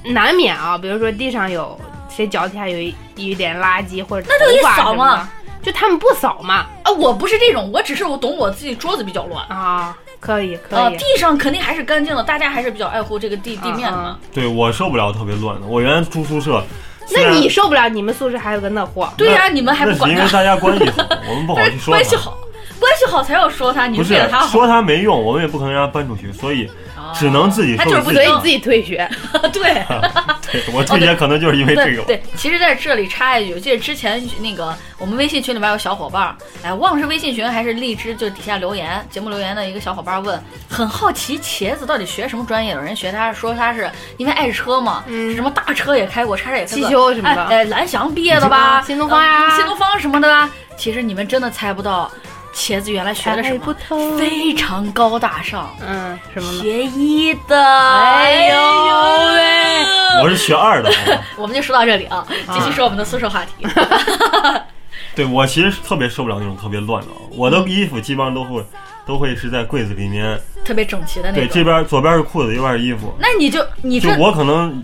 Speaker 5: 难免啊，比如说地上有谁脚底下有一有一点垃圾或者
Speaker 6: 那就得
Speaker 5: 头发
Speaker 6: 扫
Speaker 5: 什么
Speaker 6: 嘛
Speaker 5: 的，就他们不扫嘛
Speaker 6: 啊，我不是这种，我只是我懂我自己桌子比较乱。
Speaker 5: 啊，可以
Speaker 6: 啊，
Speaker 5: 可以
Speaker 6: 地，上肯定还是干净的，大家还是比较爱护这个地地面的嘛。
Speaker 2: 对我受不了特别乱的。我原来住宿舍，虽
Speaker 5: 那
Speaker 2: 然
Speaker 5: 你受不了，你们宿舍还有个那货，
Speaker 6: 对呀、你们还
Speaker 2: 那
Speaker 6: 不
Speaker 2: 是
Speaker 6: 管
Speaker 2: 因为
Speaker 6: 他，
Speaker 2: 大家关系好， 我们不好
Speaker 6: 但
Speaker 2: 去
Speaker 6: 是
Speaker 2: 说
Speaker 6: 关系
Speaker 2: 他。
Speaker 6: 好，关系好才要说他，
Speaker 2: 不
Speaker 6: 你们
Speaker 2: 是
Speaker 6: 为了他好，
Speaker 2: 说他没用，我们也不可能让他搬出去，所以
Speaker 6: 啊
Speaker 2: 只能自己
Speaker 6: 他
Speaker 2: 受
Speaker 6: 就是不
Speaker 2: 自
Speaker 5: 所
Speaker 2: 己
Speaker 5: 以
Speaker 6: 行
Speaker 5: 你自己退学，
Speaker 6: 对。
Speaker 2: 对我这些可能就是因为这
Speaker 6: 哦对
Speaker 2: 个。
Speaker 6: 对，其实在这里插一句，记得之前那个我们微信群里边有小伙伴儿，哎，忘了是微信群还是荔枝，就底下留言节目留言的一个小伙伴问，很好奇茄子到底学什么专业？有人学他说他是因为爱车嘛，是什么大车也开过，叉车也开
Speaker 5: 嗯
Speaker 6: 过，
Speaker 5: 汽修什么的
Speaker 6: 哎，哎蓝翔毕业的吧，
Speaker 5: 嗯新东方呀
Speaker 6: 嗯新东方什么的吧。其实你们真的猜不到，茄子原来学的什
Speaker 5: 还
Speaker 6: 么
Speaker 5: 哎不，偷，
Speaker 6: 非常高大上，
Speaker 5: 嗯，什么呢？
Speaker 6: 学医的，
Speaker 5: 哎呦
Speaker 6: 喂！
Speaker 2: 我是学二的，好吧
Speaker 6: 我们就说到这里啊，继续说我们的宿舍话 题。
Speaker 2: 对我其实特别受不了那种特别乱的啊。我的衣服基本上都会都会是在柜子里面，
Speaker 6: 特别整齐的那
Speaker 2: 对，这
Speaker 6: 种。
Speaker 2: 边左边是裤子，右边是衣服。
Speaker 6: 那你就你
Speaker 2: 就
Speaker 6: 这，
Speaker 2: 我可能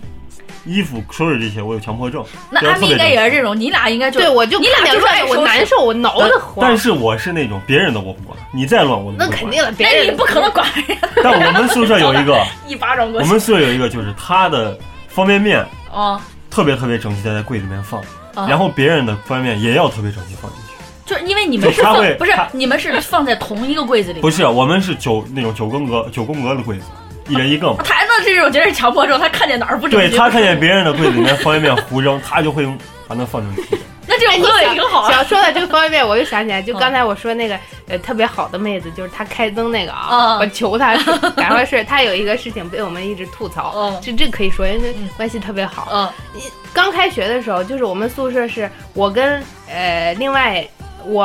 Speaker 2: 衣服收拾这些，我有强迫症。
Speaker 6: 那
Speaker 2: 这样
Speaker 6: 安
Speaker 2: 特
Speaker 6: 妮
Speaker 2: 别
Speaker 6: 应
Speaker 2: 整齐
Speaker 6: 该也是这种，你俩应该就
Speaker 5: 对，我就
Speaker 6: 你俩
Speaker 5: 看见
Speaker 6: 就是爱
Speaker 5: 乱，
Speaker 6: 收拾
Speaker 5: 我难。受，我挠
Speaker 2: 但
Speaker 5: 得慌。
Speaker 2: 但是我是那种别人的我不管，你再乱我都不
Speaker 5: 那
Speaker 2: 管。
Speaker 5: 肯定了，别
Speaker 6: 那
Speaker 5: 人
Speaker 6: 你不 可能管人家，
Speaker 2: 但我们宿舍有一个，
Speaker 6: 一巴掌过
Speaker 2: 我
Speaker 6: 去。
Speaker 2: 们宿舍有一个就是他的方便面
Speaker 6: 啊，
Speaker 2: 特别特别整齐的在柜子里面放，
Speaker 6: 啊
Speaker 2: 然后别人的方便面也要特别整齐放进去。
Speaker 6: 就是因为你们是
Speaker 2: 就他
Speaker 6: 放
Speaker 2: 会
Speaker 6: 不是
Speaker 2: 他
Speaker 6: 你们是放在同一个柜子里。
Speaker 2: 不是，啊我们是九那种九宫 格九宫格的柜子，一人一个嘛。
Speaker 6: 台子这种绝对是强迫症，他看见哪儿不整
Speaker 2: 对
Speaker 6: 齐，
Speaker 2: 他看见别人的柜子里面方便面胡扔，他就会用把那放整齐。
Speaker 6: 那
Speaker 5: 哎
Speaker 6: 这种朋友也挺好
Speaker 5: 只
Speaker 6: 啊嗯
Speaker 5: 要说到这个方便面，我又想起来，就刚才我说那个呃特别好的妹子，就是她开灯那个啊，
Speaker 6: 嗯
Speaker 5: 我求她说赶快睡。她有一个事情被我们一直吐槽
Speaker 6: 嗯，
Speaker 5: 这这可以说，因为关系特别好。
Speaker 6: 嗯
Speaker 5: 刚开学的时候，就是我们宿舍是我跟呃另外我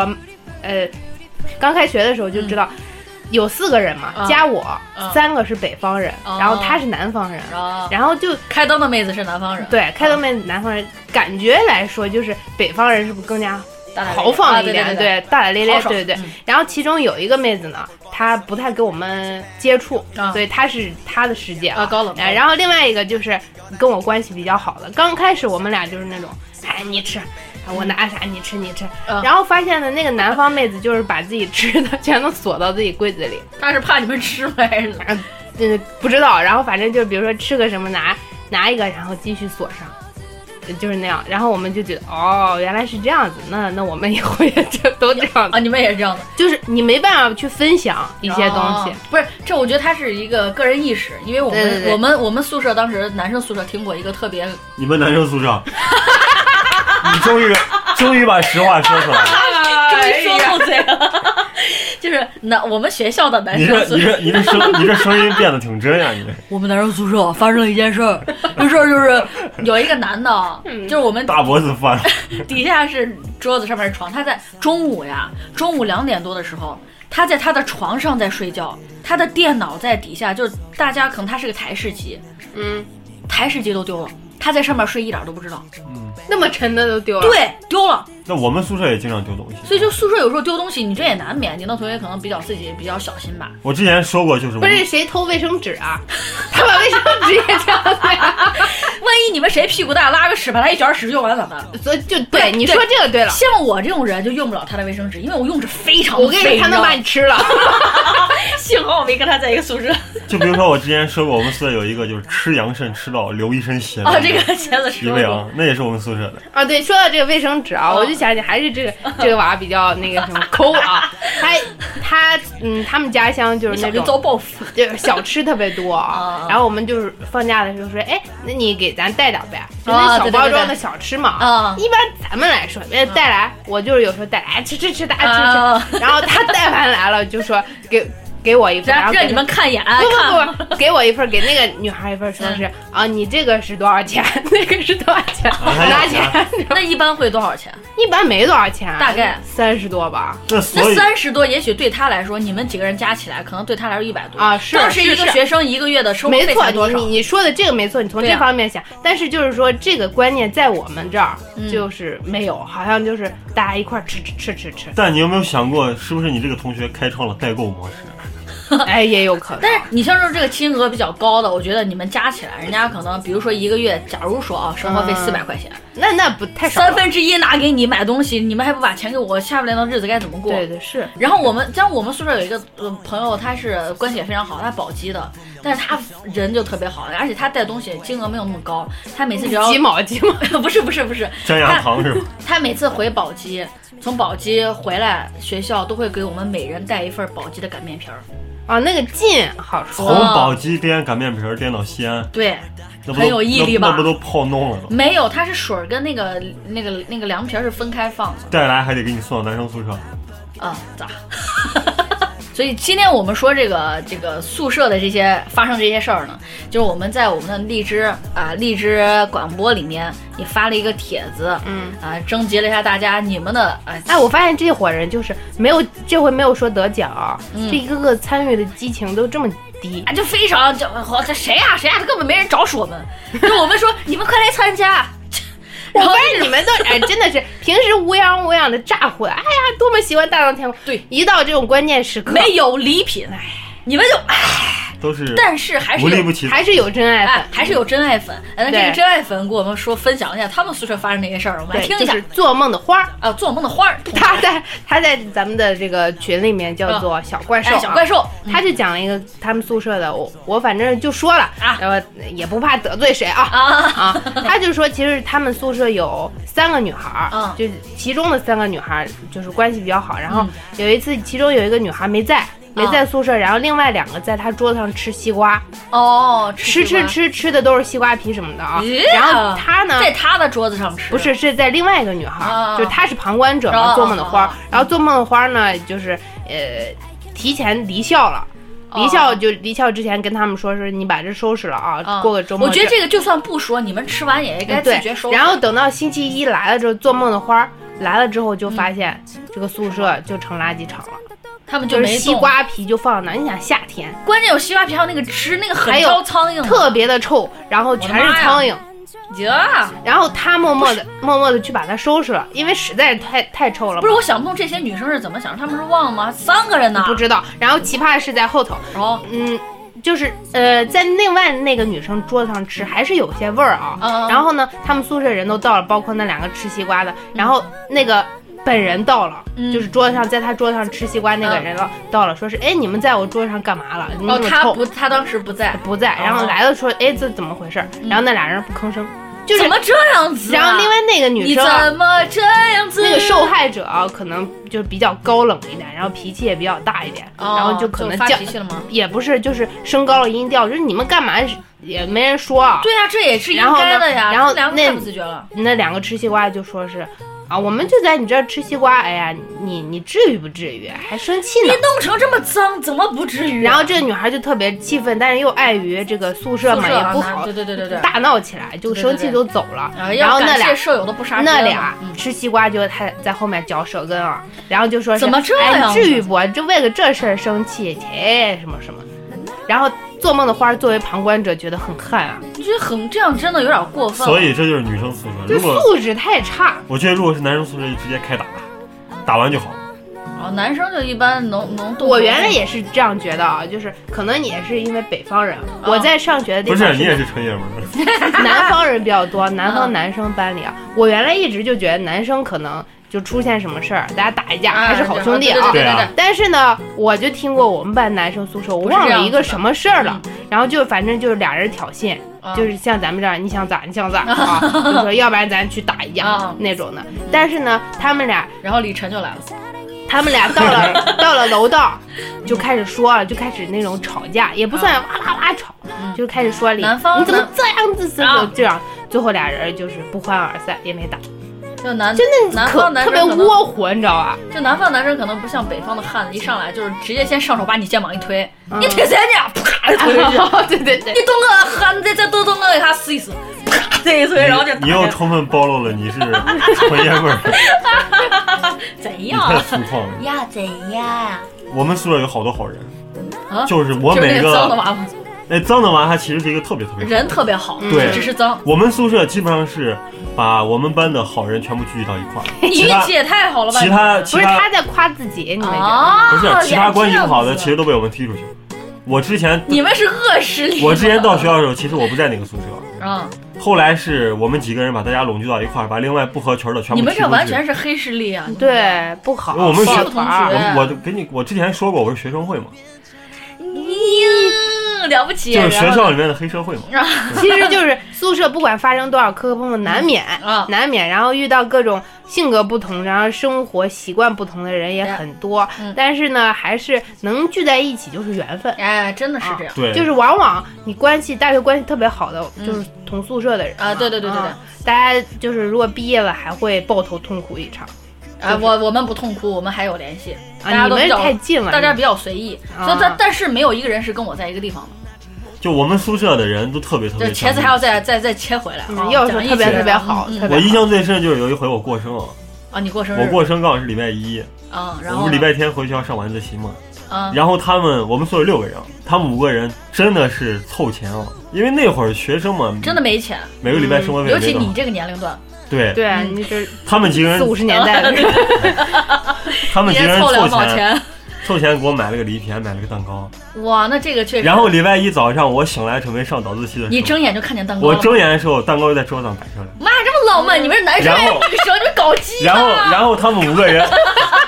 Speaker 5: 呃刚开学的时候就知道有四个人嘛，
Speaker 6: 嗯
Speaker 5: 加我
Speaker 6: 嗯
Speaker 5: 三个是北方人，
Speaker 6: 哦
Speaker 5: 然后她是南方人，
Speaker 6: 啊，
Speaker 5: 然后就
Speaker 6: 开灯的妹子是南方人，
Speaker 5: 对开灯妹子南方人，感觉来说就是北方人是不是更加
Speaker 6: 大大咧咧
Speaker 5: 豪放
Speaker 6: 啊
Speaker 5: 一
Speaker 6: 对
Speaker 5: 点，
Speaker 6: 对对
Speaker 5: 大大咧咧，
Speaker 6: 豪爽
Speaker 5: 对对对
Speaker 6: 嗯。
Speaker 5: 然后其中有一个妹子呢，她不太跟我们接触，
Speaker 6: 啊
Speaker 5: 所以她是她的世界
Speaker 6: 啊高冷
Speaker 5: 哎然后另外一个就是跟我关系比较好的，刚开始我们俩就是那种，哎，你吃。啊我拿啥你吃你吃，
Speaker 6: 嗯
Speaker 5: 然后发现呢，那个南方妹子就是把自己吃的全都锁到自己柜子里，
Speaker 6: 他是怕你们吃吗？还是怎么
Speaker 5: 嗯，不知道，然后反正就比如说吃个什么拿拿一个，然后继续锁上，呃就是那样。然后我们就觉得哦，原来是这样子，那那我们以后也 就都这样
Speaker 6: 啊？你们也是这样的。
Speaker 5: 哦就是你没办法去分享一些东西
Speaker 6: 哦。不是，这我觉得他是一个个人意识，因为我们
Speaker 5: 对对对
Speaker 6: 我们我们宿舍当时男生宿舍听过一个 特别
Speaker 2: 你们男生宿 舍，啊你终于终于把实话说出来了。
Speaker 5: 哎啊
Speaker 2: 哎
Speaker 6: 终于说漏嘴了，就是男我们学校的男
Speaker 2: 你
Speaker 6: 生
Speaker 2: 这
Speaker 6: 宿
Speaker 2: 你
Speaker 6: 舍，
Speaker 2: 这你这声你这声音变得挺真呀、你这
Speaker 6: 我们男生宿舍发生了一件事儿，这事儿就是有一个男 的啊，就是我们
Speaker 2: 嗯大脖子翻了。
Speaker 6: 底下是桌子，上面是床，他在中午呀，中午两点多的时候。他在他的床上在睡觉，他的电脑在底下，就是大家可能他是个台式机，
Speaker 5: 嗯，
Speaker 6: 台式机都丢了，他在上面睡一点儿都不知道，
Speaker 5: 那么沉的都丢了。
Speaker 6: 对，丢了，
Speaker 2: 那我们宿舍也经常丢东西，
Speaker 6: 所以就宿舍有时候丢东西，你这也难免。你的同学可能比较自己比较小心吧。
Speaker 2: 我之前说过，就是我
Speaker 5: 不
Speaker 2: 们
Speaker 5: 是谁偷卫生纸啊？他把卫生纸也扔了，
Speaker 6: 万一你们谁屁股大，拉个屎把他一卷屎就完了咋办？
Speaker 5: 所以就对你说这个对了。
Speaker 6: 像我这种人就用不了他的卫生纸，因为我用着非常
Speaker 5: 我跟你说，
Speaker 6: 费
Speaker 5: 他能把你
Speaker 6: 知
Speaker 5: 吃了。
Speaker 6: 道吗幸好我没跟他在一个宿舍
Speaker 2: 就比如说我之前说过，我们宿舍有一个就是吃羊肾吃到流一身血的
Speaker 6: 啊。这个茄子
Speaker 2: 一
Speaker 6: 说
Speaker 2: 位
Speaker 6: 过，
Speaker 2: 啊，那也是我们宿舍的。
Speaker 5: 啊，对，说到这个卫生纸啊，
Speaker 6: 哦
Speaker 5: 我就想起还是 这个这个娃比较那个什么抠啊，他他嗯，他们家乡就是
Speaker 6: 你
Speaker 5: 那
Speaker 6: 小心遭
Speaker 5: 种。
Speaker 6: 报复。
Speaker 5: 就是小吃特别 多啊
Speaker 6: 啊，
Speaker 5: 然后我们就是放假的时候说，哎，那你给咱带点呗，就那
Speaker 6: 啊对
Speaker 5: 小
Speaker 6: 对
Speaker 5: 包
Speaker 6: 对嗯
Speaker 5: 装的
Speaker 6: 对
Speaker 5: 小吃嘛。
Speaker 6: 啊
Speaker 5: 一般咱们来说，别带来，我就是有时候带来，哎吃吃吃，大家
Speaker 6: 啊
Speaker 5: 吃吃。然后他带完来了，就说给给我一份，然
Speaker 6: 让
Speaker 5: 后给
Speaker 6: 让你们看一眼，啊看嗯
Speaker 5: 不不不不，给我一份，给那个女孩一份，说是啊，你这个是多少钱， 那个是多少钱，
Speaker 2: 还有
Speaker 5: 拿钱
Speaker 2: 啊。
Speaker 6: 那一般会多少钱？
Speaker 5: 一般没多少钱，啊
Speaker 6: 大概
Speaker 5: 三十多吧。
Speaker 2: 那所
Speaker 6: 那
Speaker 2: 以
Speaker 6: 三十多，也许对他来说，你们几个人加起来，可能对他来说一百多
Speaker 5: 啊是
Speaker 6: 当时一
Speaker 5: 是
Speaker 6: 个
Speaker 5: 是
Speaker 6: 学生一个月的生活
Speaker 5: 没
Speaker 6: 费
Speaker 5: 错，
Speaker 6: 才多
Speaker 5: 你
Speaker 6: 少
Speaker 5: 你？你说的这个没错，你从
Speaker 6: 对
Speaker 5: 这
Speaker 6: 啊
Speaker 5: 方面想，但是就是说这个观念在我们这儿
Speaker 6: 嗯
Speaker 5: 就是没有，好像就是 大家一块儿吃吃吃吃吃。
Speaker 2: 但你有没有想过，是不是你这个同学开创了代购模式？
Speaker 5: 哎，也有可能。
Speaker 6: 但是你像是这个金额比较高的，我觉得你们加起来，人家可能比如说一个月，假如说啊，生活费四百块钱，
Speaker 5: 那那不太少了。
Speaker 6: 三分之一拿给你买东西，你们还不把钱给我，下半年的日子该怎么过？
Speaker 5: 对对是，
Speaker 6: 然后我们像我们宿舍有一个呃朋友，他是关系也非常好，他保级的，但是他人就特别好，而且他带东西金额没有那么高，他每次只要
Speaker 5: 鸡毛鸡毛。
Speaker 6: 不是不是不是，
Speaker 2: 张
Speaker 6: 他
Speaker 2: 扬堂是吧？
Speaker 6: 他每次回宝鸡，从宝鸡回来学校都会给我们每人带一份宝鸡的擀面皮儿，
Speaker 5: 啊，那个劲好
Speaker 2: 从
Speaker 5: 说，
Speaker 2: 宝鸡颠擀面皮儿颠到西安，
Speaker 6: 对，
Speaker 2: 那不
Speaker 6: 很
Speaker 2: 都
Speaker 6: 有毅力
Speaker 2: 那
Speaker 6: 吧
Speaker 2: 那不都泡弄了吗？
Speaker 6: 没有，它是水儿跟那个那个那个凉皮儿是分开放的
Speaker 2: 带来还得给你送到男生宿舍，
Speaker 5: 嗯
Speaker 6: 啊，咋？ 所以今天我们说这个这个宿舍的这些发生这些事儿呢，就是我们在我们的荔枝啊荔枝广播里面也发了一个帖子，
Speaker 5: 嗯
Speaker 6: 啊征集了一下大家你们的啊
Speaker 5: 哎，我发现这伙人就是没有这回没有说得奖，啊
Speaker 6: 嗯
Speaker 5: 这一个个参与的激情都这么低
Speaker 6: 啊，。就非常就好，这谁呀、谁呀、啊这根本没人找死 我们。就我们说，你们快来参加。
Speaker 5: 我
Speaker 6: 然后
Speaker 5: 发现你们都哎，真的是平时乌泱乌泱的咋呼，哎呀，多么喜欢大闹天宫。
Speaker 6: 对，
Speaker 5: 一到这种关键时刻，
Speaker 6: 没有礼品，哎，你们就哎，
Speaker 2: 都是
Speaker 6: 但是还是
Speaker 2: 无利
Speaker 6: 有
Speaker 2: 不起。
Speaker 5: 还是有真爱
Speaker 6: 哎
Speaker 5: 粉，，
Speaker 6: 还是有真爱粉。哎那这个
Speaker 5: 对
Speaker 6: 真爱粉给我们说分享一下他们宿舍发生的一些事儿，我们来
Speaker 5: 对，
Speaker 6: 听一
Speaker 5: 就
Speaker 6: 下
Speaker 5: 是。做梦的花儿。
Speaker 6: 啊，做梦的花儿，
Speaker 5: 他在他在咱们的这个群里面叫做小怪兽、啊
Speaker 6: 哎，小怪。兽，
Speaker 5: 他就讲了一个他们宿舍的，我我反正就说了
Speaker 6: 啊
Speaker 5: 然后也不怕得罪谁啊
Speaker 6: 啊
Speaker 5: 啊，他就说其实他们宿舍有三个女孩儿，
Speaker 6: 嗯
Speaker 5: 就是其中的三个女孩儿就是关系比较好，然后有一次其中有一个女孩没在。
Speaker 6: 嗯
Speaker 5: 没在宿舍，然后另外两个在他桌子上吃西瓜，
Speaker 6: 哦，
Speaker 5: 吃
Speaker 6: 西瓜
Speaker 5: 吃，吃吃的都是西瓜皮什么的啊。
Speaker 6: 咦
Speaker 5: 然后他呢，
Speaker 6: 在他的桌子上吃，
Speaker 5: 不是，是在另外一个女孩
Speaker 6: 啊
Speaker 5: 儿，就是她是旁观者
Speaker 6: 啊
Speaker 5: 嘛，做梦的花儿
Speaker 6: 啊啊。
Speaker 5: 然后做梦的花儿呢，就是呃，提前离校了。离校就离校之前跟他们说说你把这收拾了啊，
Speaker 6: 啊，
Speaker 5: 过个周末。嗯
Speaker 6: 我觉得这个就算不说，你们吃完也应该自
Speaker 5: 对
Speaker 6: 觉收，拾。
Speaker 5: 然后等到星期一来了之后，做梦的花儿来了之后，就发现这个宿舍就成垃圾场了，
Speaker 6: 他们就
Speaker 5: 就
Speaker 6: 没
Speaker 5: 是西
Speaker 6: 动，
Speaker 5: 瓜皮就放那儿。你想夏天
Speaker 6: 关键有西瓜皮，还有那个汁，那个很
Speaker 5: 还有
Speaker 6: 招苍蝇的，
Speaker 5: 特别的臭，然后全
Speaker 6: 我的
Speaker 5: 是
Speaker 6: 妈呀
Speaker 5: 苍蝇。
Speaker 6: 呀，
Speaker 5: 然后他默默的默默的去把它收拾了，因为实在是太太臭了嘛。
Speaker 6: 不是，我想不通这些女生是怎么想，她们是忘了吗？三个人呢，
Speaker 5: 不知道。然后奇葩的是在后头，
Speaker 6: 哦，
Speaker 5: 嗯，就是呃，在另外那个女生桌子上吃，还是有些味儿啊。
Speaker 6: 嗯
Speaker 5: 然后呢，他们宿舍人都到了，包括那两个吃西瓜的，然后那个。本人到了，
Speaker 6: 嗯
Speaker 5: 就是桌子上，在他桌子上吃西瓜那个人了，到了，说是，哎，你们在我桌子上干嘛了？你
Speaker 6: 哦
Speaker 5: 们，这么
Speaker 6: 她
Speaker 5: 臭，
Speaker 6: 不，哦她当时不在，
Speaker 5: 不在。然后来了说，哎，这怎么回事？然后那俩人不吭声，就是
Speaker 6: 嗯怎，么这样子啊？
Speaker 5: 然后另外那个女
Speaker 6: 你
Speaker 5: 生啊，
Speaker 6: 怎么这样子？
Speaker 5: 那个受害者啊，可能就比较高冷一点，然后脾气也比较大一点，
Speaker 6: 哦
Speaker 5: 然后就可能
Speaker 6: 发
Speaker 5: 叫
Speaker 6: 脾气了吗？
Speaker 5: 也不是，就是升高了音调，就是你们干嘛也没人说啊。
Speaker 6: 对呀、这也是应
Speaker 5: 然后呢
Speaker 6: 该的呀。
Speaker 5: 然后
Speaker 6: 这两个
Speaker 5: 那
Speaker 6: 太不自觉 了，
Speaker 5: 那两个吃西瓜就说是啊，我们就在你这儿吃西瓜，哎呀，你你至于不至于，还生气呢
Speaker 6: 你。弄成这么脏，怎么不至于？啊
Speaker 5: 然后这个女孩就特别气愤，但是又碍于这个宿舍嘛
Speaker 6: 宿舍啊
Speaker 5: 也不好，
Speaker 6: 对对对对对
Speaker 5: 大闹起来，就生气就走了。
Speaker 6: 啊
Speaker 5: 然
Speaker 6: 要
Speaker 5: 后那
Speaker 6: 感
Speaker 5: 俩
Speaker 6: 谢舍友的不杀之
Speaker 5: 那
Speaker 6: 恩
Speaker 5: 俩
Speaker 6: 嘛嗯
Speaker 5: 吃西瓜就还在后面嚼舌根啊，然后就说是
Speaker 6: 怎么这样呢
Speaker 5: 哎、至于不？就为了这事儿生气，切什么什么。然后做梦的花儿作为旁观者觉得很汗啊，
Speaker 6: 我觉得很这样真的有点过分了。
Speaker 2: 所以这就是女生宿舍。
Speaker 5: 就
Speaker 2: 如果
Speaker 5: 素质太差。
Speaker 2: 我觉得如果是男生宿舍，就直接开打，打完就好。
Speaker 6: 啊，男生就一般能能动。
Speaker 5: 我原来也是这样觉得啊，就是可能也是因为北方人，
Speaker 6: 嗯
Speaker 5: 我在上学的地
Speaker 2: 不
Speaker 5: 方
Speaker 2: 是，你也是纯爷们儿，
Speaker 5: 南方人比较多，南
Speaker 6: 嗯
Speaker 5: 方男生班里啊，我原来一直就觉得男生可能就出现什么事儿，大家打一架
Speaker 6: 啊
Speaker 5: 还是好兄弟啊。
Speaker 2: 对
Speaker 6: 对对
Speaker 2: 啊
Speaker 6: 对
Speaker 5: 但是呢，我就听过我们班男生宿舍，我
Speaker 6: 是这样
Speaker 5: 忘
Speaker 6: 子的嗯
Speaker 5: 了一个什么事儿了，然后就反正就是俩人挑衅，
Speaker 6: 啊
Speaker 5: 就是像咱们这样，你想咋你想咋 啊，就说要不然咱去打一架
Speaker 6: 啊
Speaker 5: 那种的。但是呢，他们俩
Speaker 6: 然后李晨就来了，
Speaker 5: 他们俩到 了到了楼道，就开始说了，就开始那种吵架，也不算哇啦哇吵，就开始说你
Speaker 6: 嗯南方
Speaker 5: 你怎么
Speaker 6: 南
Speaker 5: 这样子，怎
Speaker 6: 啊
Speaker 5: 么这样？最后俩人就是不欢而散，也没打，
Speaker 6: 就男
Speaker 5: 真的
Speaker 6: 南
Speaker 5: 可
Speaker 6: 方男
Speaker 5: 特
Speaker 6: 生
Speaker 5: 别
Speaker 6: 可能
Speaker 5: 窝火，你知道 吧？
Speaker 6: 就南方男生可能不像北方的汉子，一上来就是直接先上手把你肩膀一推，
Speaker 5: 嗯
Speaker 6: 你推谁你？啪就推回去。
Speaker 5: 对对对
Speaker 6: 你，动个汉子，再多动个给他试一试，啪这一推，然后就
Speaker 2: 你又充分暴露了你是纯爷们 儿，
Speaker 6: 怎
Speaker 2: 你
Speaker 6: 样啊
Speaker 2: 太粗犷了。
Speaker 6: 呀怎样
Speaker 2: 我们宿舍有好多好人
Speaker 6: 啊，
Speaker 2: 就是我
Speaker 6: 就是
Speaker 2: 每
Speaker 6: 那脏的
Speaker 2: 个
Speaker 6: 娃娃，
Speaker 2: 那脏的娃他其实是一个特别特别好的
Speaker 6: 人特别好，
Speaker 2: 嗯对
Speaker 6: 只是脏。
Speaker 2: 我们宿舍基本上是把我们班的好人全部聚集到一 块儿，
Speaker 6: 你
Speaker 2: 其
Speaker 6: 运
Speaker 2: 他
Speaker 6: 气也太好了吧？
Speaker 2: 其他其
Speaker 5: 不是他
Speaker 2: 他
Speaker 5: 在夸自己，你们觉得？
Speaker 6: 啊，
Speaker 2: 不是其他关系不好的，
Speaker 6: 原来这样子
Speaker 2: 其实都被我们踢出去了。我之前
Speaker 6: 你们是恶势力。
Speaker 2: 我之前到学校的时候，其实我不在那个宿舍，
Speaker 6: 嗯，
Speaker 2: 后来是我们几个人把大家拢聚到一块儿，把另外不合群的全部
Speaker 6: 你
Speaker 2: 踢出去。
Speaker 6: 们这完全是黑势力
Speaker 2: 嗯
Speaker 6: 啊！
Speaker 5: 对，不好，
Speaker 2: 我们
Speaker 5: 不好
Speaker 2: 学
Speaker 5: 玩儿
Speaker 6: 同学
Speaker 2: 我我跟你我之前说过我是学生会嘛，
Speaker 6: 你嗯了不起，
Speaker 2: 就是学
Speaker 6: 然后
Speaker 2: 校里面的黑社会嘛。
Speaker 5: 其实就是 宿舍，不管发生多少磕磕碰碰，难免
Speaker 6: 啊
Speaker 5: 难免，然后遇到各种性格不同，然后生活习惯不同的人也很多
Speaker 6: 嗯，
Speaker 5: 但是呢，还是能聚在一起就是缘分。
Speaker 6: 哎，真的是这样。
Speaker 2: 对，
Speaker 5: 就是往往你关系大学关系特别好的，就是同宿舍的人
Speaker 6: 嗯啊对对对对对
Speaker 5: 啊大家就是如果毕业了还会抱头痛哭一场
Speaker 6: 啊，我我们不痛哭，我们还有联系，大
Speaker 5: 啊！
Speaker 6: 家
Speaker 5: 你
Speaker 6: 都比
Speaker 5: 们
Speaker 6: 较
Speaker 5: 太近了，
Speaker 6: 大家
Speaker 5: 你
Speaker 6: 比较随意，
Speaker 5: 啊
Speaker 6: 所以但但是没有一个人是跟我在一个地方的，
Speaker 2: 就我们宿舍的人都特别特
Speaker 6: 就
Speaker 2: 别。
Speaker 6: 茄子还要。再再再切回来啊
Speaker 5: 嗯，要说
Speaker 6: 讲义
Speaker 5: 特别
Speaker 6: 气的
Speaker 5: 特别好，
Speaker 6: 嗯
Speaker 5: 特
Speaker 6: 嗯
Speaker 5: 别
Speaker 2: 我印
Speaker 5: 好。
Speaker 2: 象最深就是有一回我过生日，
Speaker 6: 啊，你过生日，
Speaker 2: 我过生刚好是礼拜一，
Speaker 6: 嗯，然
Speaker 2: 我
Speaker 6: 后
Speaker 2: 们
Speaker 6: 呢
Speaker 2: 礼拜天回学校上晚自习嘛，
Speaker 6: 嗯
Speaker 2: 然后他们我们宿舍六个人，他们五个人真的是凑钱哦，因为那会儿学生嘛，
Speaker 6: 真的没钱，
Speaker 2: 每个礼拜生活费
Speaker 6: 尤
Speaker 2: 没
Speaker 6: 其
Speaker 2: 多
Speaker 6: 你
Speaker 2: 少，
Speaker 6: 这个年龄段，
Speaker 2: 对，
Speaker 5: 对啊，
Speaker 6: 嗯
Speaker 5: 你这
Speaker 2: 他们几个
Speaker 5: 四五
Speaker 2: 人，
Speaker 5: 十年代的人，
Speaker 2: 他们
Speaker 6: 你
Speaker 2: 几个人
Speaker 6: 也凑
Speaker 2: 凑
Speaker 6: 两毛
Speaker 2: 钱，
Speaker 6: 钱，
Speaker 2: 凑钱给我买了个礼品，还买了个蛋糕。
Speaker 6: 哇，那这个确实，
Speaker 2: 然后礼拜一早上我醒来准备上早自习的时候，
Speaker 6: 你睁眼就看见蛋 糕
Speaker 2: 我
Speaker 6: 了，
Speaker 2: 睁眼的时候，蛋糕就在桌上摆出来。
Speaker 6: 妈这么浪漫，你们是男生
Speaker 2: 然
Speaker 6: 还
Speaker 2: 后
Speaker 6: 是女生？你们搞 基
Speaker 2: 然 后，
Speaker 6: 吗？
Speaker 2: 然后他们五个人，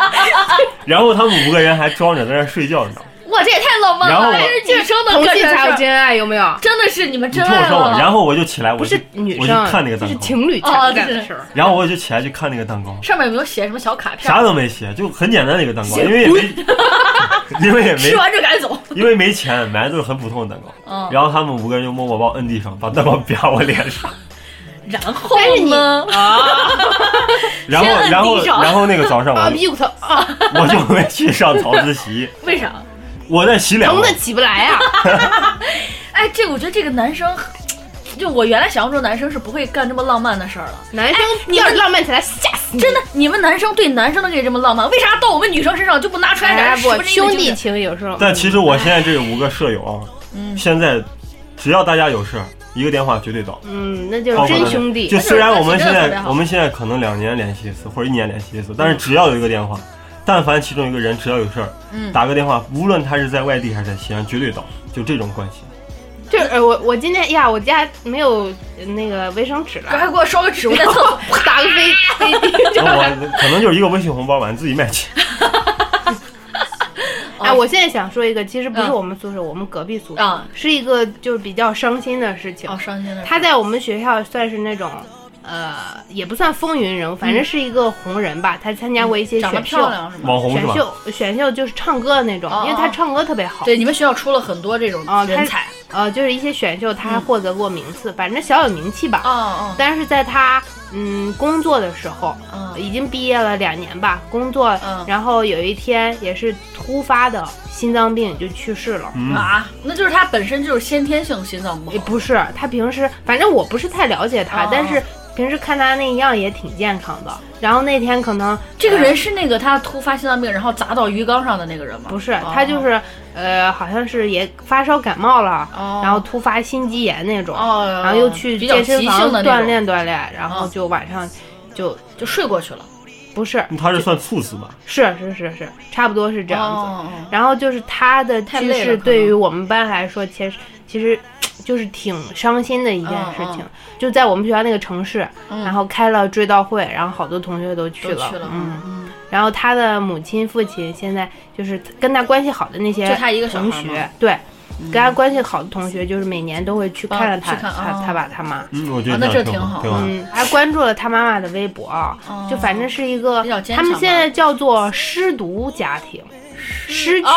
Speaker 2: 然后他们五个人还装着在那儿睡觉，你知道吗？
Speaker 6: 哇，这也太浪漫
Speaker 2: 然后
Speaker 6: 了，
Speaker 2: 我
Speaker 6: 还是女生的
Speaker 5: 同
Speaker 6: 干
Speaker 5: 性
Speaker 6: 这
Speaker 5: 才有
Speaker 6: 事儿，
Speaker 5: 真爱，有没有？
Speaker 6: 真的是你们
Speaker 2: 你
Speaker 6: 真
Speaker 2: 听我
Speaker 6: 爱
Speaker 2: 说
Speaker 6: 了，
Speaker 2: 完，然后我就起来，我
Speaker 5: 不
Speaker 2: 就是
Speaker 5: 女
Speaker 2: 我
Speaker 5: 生，
Speaker 2: 就看那个
Speaker 5: 这
Speaker 2: 蛋
Speaker 5: 是
Speaker 2: 糕，
Speaker 5: 情侣才
Speaker 6: 哦
Speaker 5: 干的
Speaker 6: 对
Speaker 5: 事儿。
Speaker 2: 然后我就起来去看那个蛋糕，
Speaker 6: 上面有没有写什么小卡片？
Speaker 2: 啥都没写，就很简单的一个蛋糕，因为也没， 因为也没
Speaker 6: 吃，完就赶紧走，
Speaker 2: 因为没钱，买的都是很普通的蛋糕。
Speaker 6: 嗯，
Speaker 2: 然后他们五个人就默默把我摁地上，把蛋糕啪我脸上，
Speaker 6: 然后
Speaker 5: 但是你
Speaker 6: 呢？
Speaker 2: 然后
Speaker 6: 先摁地
Speaker 2: 然后
Speaker 6: 上
Speaker 2: 然后那个早 上
Speaker 5: 啊
Speaker 2: 我
Speaker 5: 屁股疼啊，
Speaker 2: 我就没去上早自习，
Speaker 6: 为啥？
Speaker 2: 我在洗脸
Speaker 5: 疼，的起不来 啊！
Speaker 6: 哎，这个我觉得这个男生，就我原来想象中男生是不会干这么浪漫的事儿的。
Speaker 5: 男生
Speaker 6: 哎你
Speaker 5: 要
Speaker 6: 们
Speaker 5: 是浪漫起来，吓死你！
Speaker 6: 真的，你们男生对男生都可以这么浪漫，为啥到我们女生身上就不拿出来点
Speaker 5: 哎
Speaker 6: 儿十
Speaker 5: 不，
Speaker 6: 分之一的
Speaker 5: 兄
Speaker 6: 精
Speaker 5: 弟
Speaker 6: 神？
Speaker 5: 情有时候。
Speaker 2: 但其实我现在这五个舍友啊，现在只要大家有事儿，一个电话绝对到。
Speaker 5: 嗯，那就是
Speaker 2: 包括他
Speaker 5: 真
Speaker 2: 们
Speaker 5: 兄弟
Speaker 2: 就。虽然我们现
Speaker 6: 那就是关系真的特别
Speaker 2: 在
Speaker 6: 好
Speaker 2: 我们现在可能两年联系一次或者一年联系一次，但是只要有一个电话，但凡其中一个人只要有事儿，
Speaker 6: 嗯
Speaker 2: 打个电话，无论他是在外地还是在西安，绝对到。就这种关系，
Speaker 5: 就是呃我我今天呀，我家没有呃那个卫生纸
Speaker 6: 赶快
Speaker 5: 了，
Speaker 6: 给我烧个纸，我在厕 所。哦
Speaker 5: 打个飞飞机。
Speaker 2: 那我可能就是一个微信红包吧，你自己买去。
Speaker 5: 哎，我现在想说一个，其实不是
Speaker 6: 嗯
Speaker 5: 我们宿舍，我们隔壁宿舍
Speaker 6: 啊
Speaker 5: 是一个就是比较伤心的事情
Speaker 6: 哦，。伤心的事。
Speaker 5: 他在我们学校算是那种。呃，也不算风云人物，反正是一个红人吧。他参加过一些
Speaker 6: 嗯长得
Speaker 5: 选秀，
Speaker 6: 漂亮是吗？
Speaker 2: 网红是
Speaker 5: 选
Speaker 2: 吧？
Speaker 5: 秀选秀就是唱歌的那种，
Speaker 6: 哦
Speaker 5: 因为他唱歌特别好。
Speaker 6: 对，你们学校出了很多这种
Speaker 5: 啊他
Speaker 6: 人才。
Speaker 5: 呃，就是一些选秀，他还获得过名次，反正小有名气吧。
Speaker 6: 嗯哦哦
Speaker 5: 但是在他嗯工作的时候，
Speaker 6: 嗯
Speaker 5: 已经毕业了两年吧，工作，
Speaker 6: 嗯
Speaker 5: 然后有一天也是突发的心脏病就去世了。
Speaker 2: 嗯，
Speaker 6: 啊，那就是他本身就是先天性心脏不
Speaker 5: 也
Speaker 6: 好。
Speaker 5: 不是，他平时反正我不是太了解他，
Speaker 6: 哦
Speaker 5: 但是平时看他那样也挺健康的。然后那天可能
Speaker 6: 这个人是那个他突发心脏病，然后砸到鱼缸上的那个人吗？
Speaker 5: 不是，
Speaker 6: 哦
Speaker 5: 他就是呃，好像是也发烧感冒了，
Speaker 6: 哦
Speaker 5: 然后突发心肌炎那种，
Speaker 6: 哦
Speaker 5: 然后又去
Speaker 6: 比较
Speaker 5: 健身
Speaker 6: 急
Speaker 5: 房
Speaker 6: 性的那
Speaker 5: 锻
Speaker 6: 种
Speaker 5: 炼锻炼，然后
Speaker 6: 嗯
Speaker 5: 就晚上就
Speaker 6: 就睡过去了。
Speaker 5: 不是
Speaker 2: 嗯他是算猝死吧？
Speaker 5: 是是是是，差不多是这样子。
Speaker 6: 哦哦
Speaker 5: 然后就是他的
Speaker 6: 太
Speaker 5: 去
Speaker 6: 累了
Speaker 5: 世，
Speaker 6: 可
Speaker 5: 对于
Speaker 6: 能
Speaker 5: 我们班来说，其实其实就是挺伤心的一件
Speaker 6: 嗯
Speaker 5: 事情。
Speaker 6: 嗯
Speaker 5: 就在我们学校那个城市，
Speaker 6: 嗯
Speaker 5: 然后开了追悼会，然后好多同学都去
Speaker 6: 都
Speaker 5: 了，
Speaker 6: 去了，
Speaker 5: 嗯。
Speaker 6: 嗯，
Speaker 5: 然后他的母亲、父亲现在就是跟他关系好的那些
Speaker 6: 就他一个小孩
Speaker 5: 同
Speaker 6: 吗
Speaker 5: 学，对，跟他关系好的同学，就是每年都会去看了他、
Speaker 6: 哦去看
Speaker 5: 他、
Speaker 6: 哦
Speaker 5: 他爸他妈，
Speaker 2: 嗯，我觉
Speaker 6: 啊
Speaker 2: 得
Speaker 6: 那
Speaker 2: 这
Speaker 6: 这
Speaker 2: 样挺
Speaker 6: 挺
Speaker 2: 好，
Speaker 6: 好
Speaker 2: 挺好。
Speaker 5: 嗯，还关注了他妈妈的微博，啊就反正是一个
Speaker 6: 哦比较，坚
Speaker 5: 他
Speaker 6: 强
Speaker 5: 们
Speaker 6: 吧
Speaker 5: 现在叫做失独家庭。失去独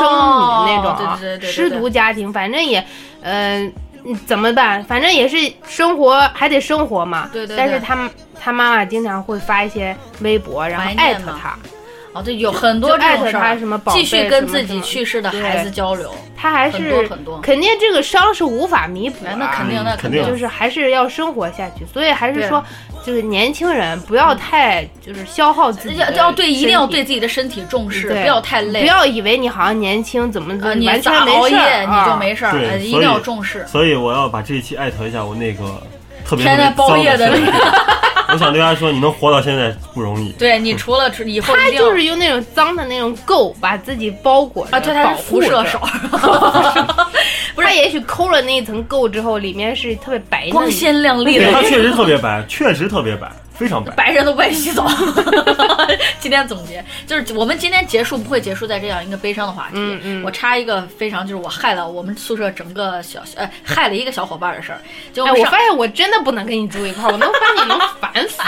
Speaker 5: 生女
Speaker 6: 哦
Speaker 5: 那种啊
Speaker 6: 对对对对，对
Speaker 5: 失独家庭，反正也，呃，嗯怎么办？反正也是生活，还得生活嘛。
Speaker 6: 对对对
Speaker 5: 但是他他妈妈经常会发一些微博，然后
Speaker 6: 怀念
Speaker 5: 艾特
Speaker 6: 嘛
Speaker 5: 他，
Speaker 6: 哦，对，有很多
Speaker 5: 就艾
Speaker 6: 这
Speaker 5: 特
Speaker 6: 种事
Speaker 5: 他
Speaker 6: 儿，
Speaker 5: 什么宝贝
Speaker 6: 继续跟自
Speaker 5: 什么什
Speaker 6: 己
Speaker 5: 么
Speaker 6: 去世的孩子交流。
Speaker 5: 他还
Speaker 6: 很多
Speaker 5: 是
Speaker 6: 很多
Speaker 5: 肯定这个伤是无法弥补的，，
Speaker 6: 哎
Speaker 5: 啊
Speaker 6: 那肯定，
Speaker 2: 嗯
Speaker 6: 那
Speaker 2: 肯
Speaker 6: 肯
Speaker 2: 定
Speaker 6: 定
Speaker 5: 就是还是要生活下去。所以还是说，就是年轻人不要太就是消耗自己的
Speaker 6: 要
Speaker 5: 身体，
Speaker 6: 嗯要对，一定要对自己的身体重视，
Speaker 5: 对
Speaker 6: 不要太累。
Speaker 5: 不要以为你好像年轻怎么怎么
Speaker 6: 呃，你
Speaker 5: 完全
Speaker 6: 咋
Speaker 5: 没
Speaker 6: 熬
Speaker 5: 事
Speaker 6: 夜
Speaker 5: 儿
Speaker 6: 你就
Speaker 5: 啊
Speaker 6: 没事儿，
Speaker 2: 对
Speaker 6: 呃
Speaker 2: 所以
Speaker 6: 一定要重视。
Speaker 2: 所以我要把这一期艾特一下我那个特别
Speaker 6: 天天
Speaker 2: 特别
Speaker 6: 包夜的
Speaker 2: 骚室友我想对他说，你能活到现在不容 易。
Speaker 6: 对你除了以后
Speaker 5: 他
Speaker 6: 一定要
Speaker 5: 就是用那种脏的那种垢把自己包裹着
Speaker 6: 啊，对，
Speaker 5: 保
Speaker 6: 他是
Speaker 5: 护
Speaker 6: 辐射
Speaker 5: 着
Speaker 6: 手，
Speaker 5: 不 是，他也许抠了那一层垢之后，里面是特别白嫩的，哎
Speaker 6: 光鲜亮丽
Speaker 2: 对
Speaker 6: 的
Speaker 2: 他确实特别白，确实特别白，非常白。
Speaker 6: 白人都不爱洗澡。 今天总结就是，我们今天结束不会结束在这样一个悲伤的话题。
Speaker 5: 嗯嗯
Speaker 6: 我插一个非常就是我害了我们宿舍整个小呃害了一个小伙伴的事儿。就
Speaker 5: 哎，
Speaker 6: 我们
Speaker 5: 我
Speaker 6: 上、
Speaker 5: 发现我真的不能跟你住一块儿，我能把你能烦 死。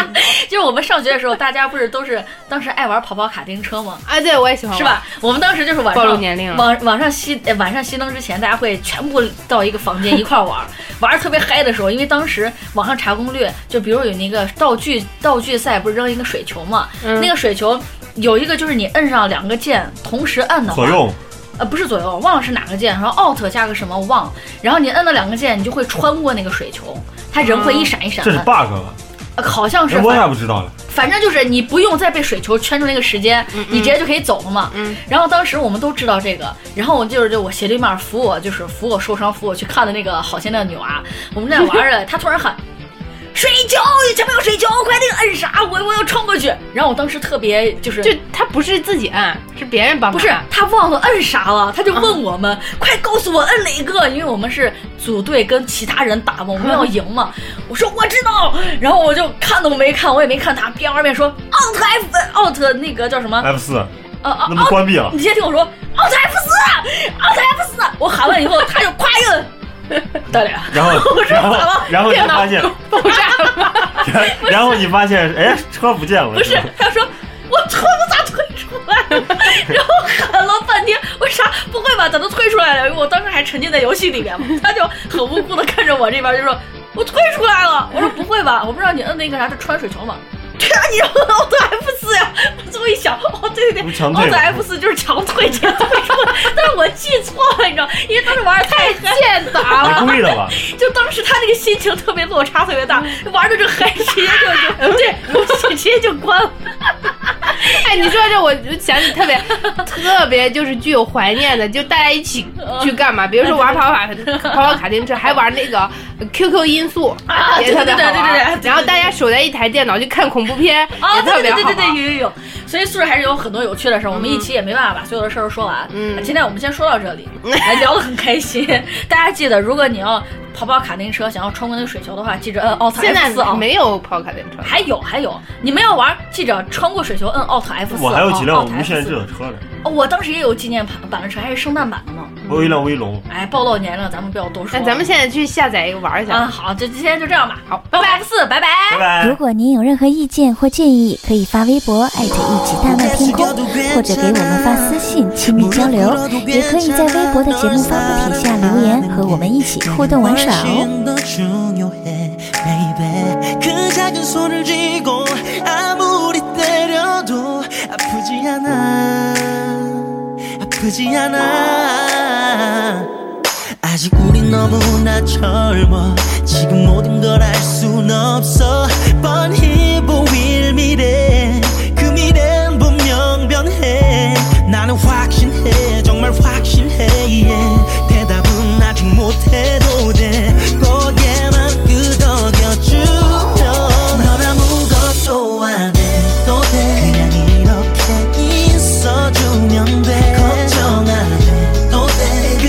Speaker 6: 就是我们上学的时候，大家不是都是当时爱玩跑跑卡丁车吗？
Speaker 5: 啊，对，我也喜欢，
Speaker 6: 是？吧？我们当时就是晚上
Speaker 5: 暴露年龄了
Speaker 6: 晚晚上熄呃晚上熄灯之前，大家会全部到一个房间一块 儿玩儿，玩的特别嗨的时候，因为当时网上查攻略，就比如有那个道具道具赛，不是扔一个水球嘛？
Speaker 5: 嗯
Speaker 6: 那个水球有一个就是你摁上两个键同时摁的话
Speaker 2: 左，右
Speaker 6: 呃不是左右，忘了是哪个键，然后 Alt 加个什么我忘了，然后你摁了两个键，你就会穿过那个水球，它人
Speaker 5: 哦
Speaker 6: 会一闪一闪
Speaker 2: 这是
Speaker 6: 的，
Speaker 2: bug 了，
Speaker 6: 呃好像是
Speaker 2: 哎我咋不知道了？
Speaker 6: 反正就是你不用再被水球圈住那个时间，你直接就可以走了嘛。
Speaker 5: 嗯
Speaker 6: 然后当时我们都知道这个，然后我就是就我斜对面扶我就是扶我受伤扶我去看的那个好心的女娃，我们在玩儿着，她突然喊。水球，前面有水球，快点摁啥？我我要冲过去。然后我当时特别就是，
Speaker 5: 就他不是自己按，是别人帮他
Speaker 6: 不是
Speaker 5: 按
Speaker 6: 他忘了摁啥了，他就问我们，快告诉我摁哪个，因为我们是组队跟其他人打嘛，我们要赢嘛。我说我知道，然后我就看都没看，我也没看他，边玩边说 out f out 那个叫什么
Speaker 2: F 四
Speaker 6: 呃
Speaker 2: 那不
Speaker 6: out，
Speaker 2: 关闭了
Speaker 6: 你？先听我说 out f 四 out f 四，我喊完以后他就夸一个。 大脸，
Speaker 2: 然后，然后，然后你发现，
Speaker 5: 爆炸了，
Speaker 2: 然后你发现，哎，车不见了。
Speaker 6: 不是，他说我推我咋推出来了？然后喊了半天，我啥不会吧？咋都推出来了？因为我当时还沉浸在游戏里面嘛，他就很无辜的看着我这边，就说我推出来了。我说不会吧？我不知道你摁那个啥是穿水球吗？对啊，你摁 Alt F 四呀！我这么一想，哦对对
Speaker 2: 不
Speaker 6: 对
Speaker 2: 是强退
Speaker 6: ，Alt
Speaker 2: 吗
Speaker 6: F 四就是强退强退出来，但是我记错了，你知道，因为当时玩的太嗨
Speaker 5: 欠打
Speaker 2: 你
Speaker 5: 了。
Speaker 2: 故意 的吧？
Speaker 6: 就当时他那个心情特别落差特别大，玩的这嗨，直接就就对游戏直接就关了。
Speaker 5: 哎，你说这我就想起特别特别就是具有怀念的，就大家一起去干嘛？比如说玩跑跑卡跑跑卡丁车，还玩那个 QQ 音速，
Speaker 6: 啊
Speaker 5: 也特别
Speaker 6: 对对对
Speaker 5: 好玩。
Speaker 6: 对对对对对
Speaker 5: 然后大家守在一台电脑去看恐怖片，
Speaker 6: 啊，
Speaker 5: 也特
Speaker 6: 对对
Speaker 5: 别好
Speaker 6: 对对对，
Speaker 5: 玩。
Speaker 6: 有有有，所以宿舍还是有很多有趣的事儿，我们一期也没办法把所有的事儿都说完。
Speaker 5: 嗯
Speaker 6: 今天我们先说到这里，还聊得很开心。大家记得，如果你要跑跑卡丁车，想要冲过那个水球的话，记着摁 Alt
Speaker 5: 现在
Speaker 6: F 四啊。
Speaker 5: 没有跑跑卡丁车，
Speaker 6: 还有还有，你们要玩，记着穿过水球摁 Alt F 四。
Speaker 2: 我还有几辆
Speaker 6: Alt
Speaker 2: 无限
Speaker 6: F4
Speaker 2: 制的车呢，
Speaker 6: 哦，我当时也有纪念版版的车，还是圣诞版的呢。
Speaker 2: 我有一辆威龙。
Speaker 6: 哎，暴露年龄，咱们不要多说
Speaker 5: 那
Speaker 6: 了。
Speaker 5: 咱们现在去下载一个玩一
Speaker 6: 嗯，
Speaker 5: 下。
Speaker 6: 好，就今天就这样吧。
Speaker 5: 好，
Speaker 6: 拜拜 F 四，拜拜。
Speaker 2: 拜拜。
Speaker 8: 如果您有任何意见或建议，可以发微博艾特一起大闹天宫，或者给我们发私信亲密交流，也可以在微博的节目发布帖下留言和我们一起互动玩耍哦。
Speaker 9: 더 중요해, baby. 그 작은 손을 쥐고 아무리 때려도 아프지 않아, 아프지 않아. 아직 우린 너무나 젊어 지금 모든 걸 알 순 없어 뻔히 보일 미래 그 미래는 분명 변해 나는 확신해 정말 확신해 yeah. 대답은 아직 못해도 돼 고개만 끄덕여주면 널 아무것도 안 해도 돼 그냥 이렇게 있어주면 돼 걱정 안 해도 돼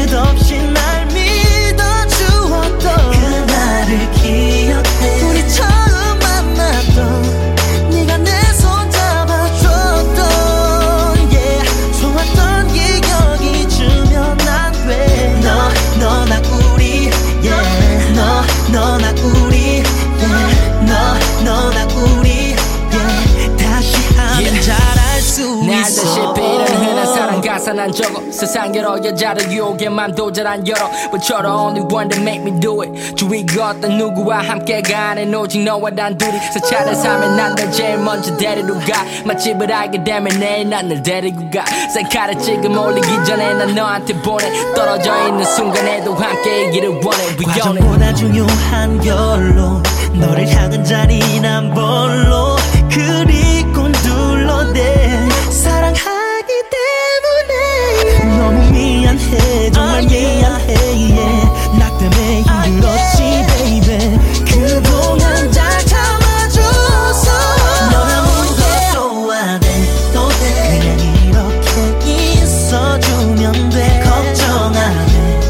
Speaker 9: 끝없이 날 믿어주었던 그날을 기억해 우리 처음 만났던 네가 내
Speaker 7: 난 적어 세상 여러 여자를 유혹에만 도전한 여러 But you're the only one that make me do it 주위 그 어떤 누구와 함께가 아닌 오직 너와 난 둘이 세차를 사면 난널 제일 먼저 데리러 가 맛집을 알게 되면 내일 난널 데리고 가 셀카를 찍음 올리기 전에 난 너한테 보내 떨어져 있는 순간에도 함께 이기를 원해 We on it
Speaker 9: 과정보다 중요한 결론 너를 향한 잔인한 볼로 그리고 눌러대 사랑하기 때문에 너무 미안해 정말 미안해 yeah. 나 때문에 힘들었지 baby 그동안 잘 참아줘서 넌 아무것도 안 해도 돼 그냥 이렇게 있어주면 돼 걱정 안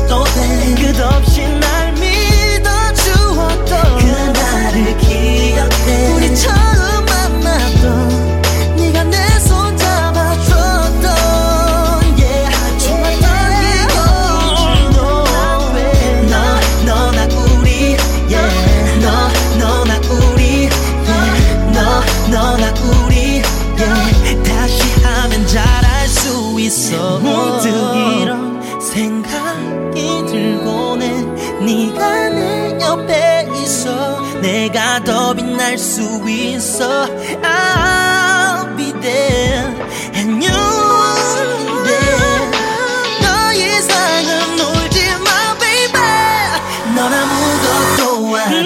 Speaker 9: 또 돼. 끝없이 날 믿어주었던 그날을 기억해 우리 처음 만났던 네가 내 손 잡아줬던 yeah 정말 당기고 너 너나 우리 yeah 너 너나 우리 yeah 너 너나 우리 yeah 다시 하면 잘할 수 있어 문득 이런 생각이 들고는 네가 내 옆에 있어 내가 더 빛날 수 있어 I'll be there and you'll be there 더 이상은 울지 마 baby 넌 아무것도 안 해도 돼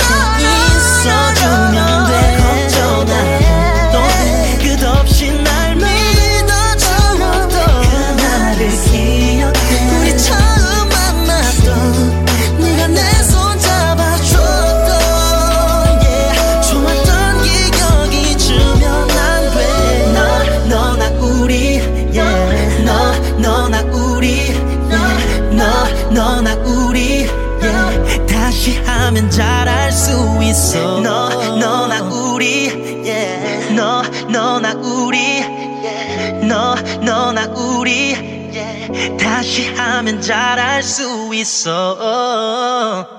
Speaker 9: 그냥 이렇게 있어주면 돼 걱정 안해도 돼 끝없이 날 믿어주었던 그날을 기억해 우리 처음 만났던 네가 내 손 잡아줬던 yeah 좋았던 기억이 주면 안돼 너 너나 우리 yeah 너 너나 우리 yeah 너 너나 우리 yeah 다시 하면 잘할 수 있어 너 너나 우리 yeah 너 너나 우리 yeah 너 너나 예, 우리 다시 하면 잘할 수 있어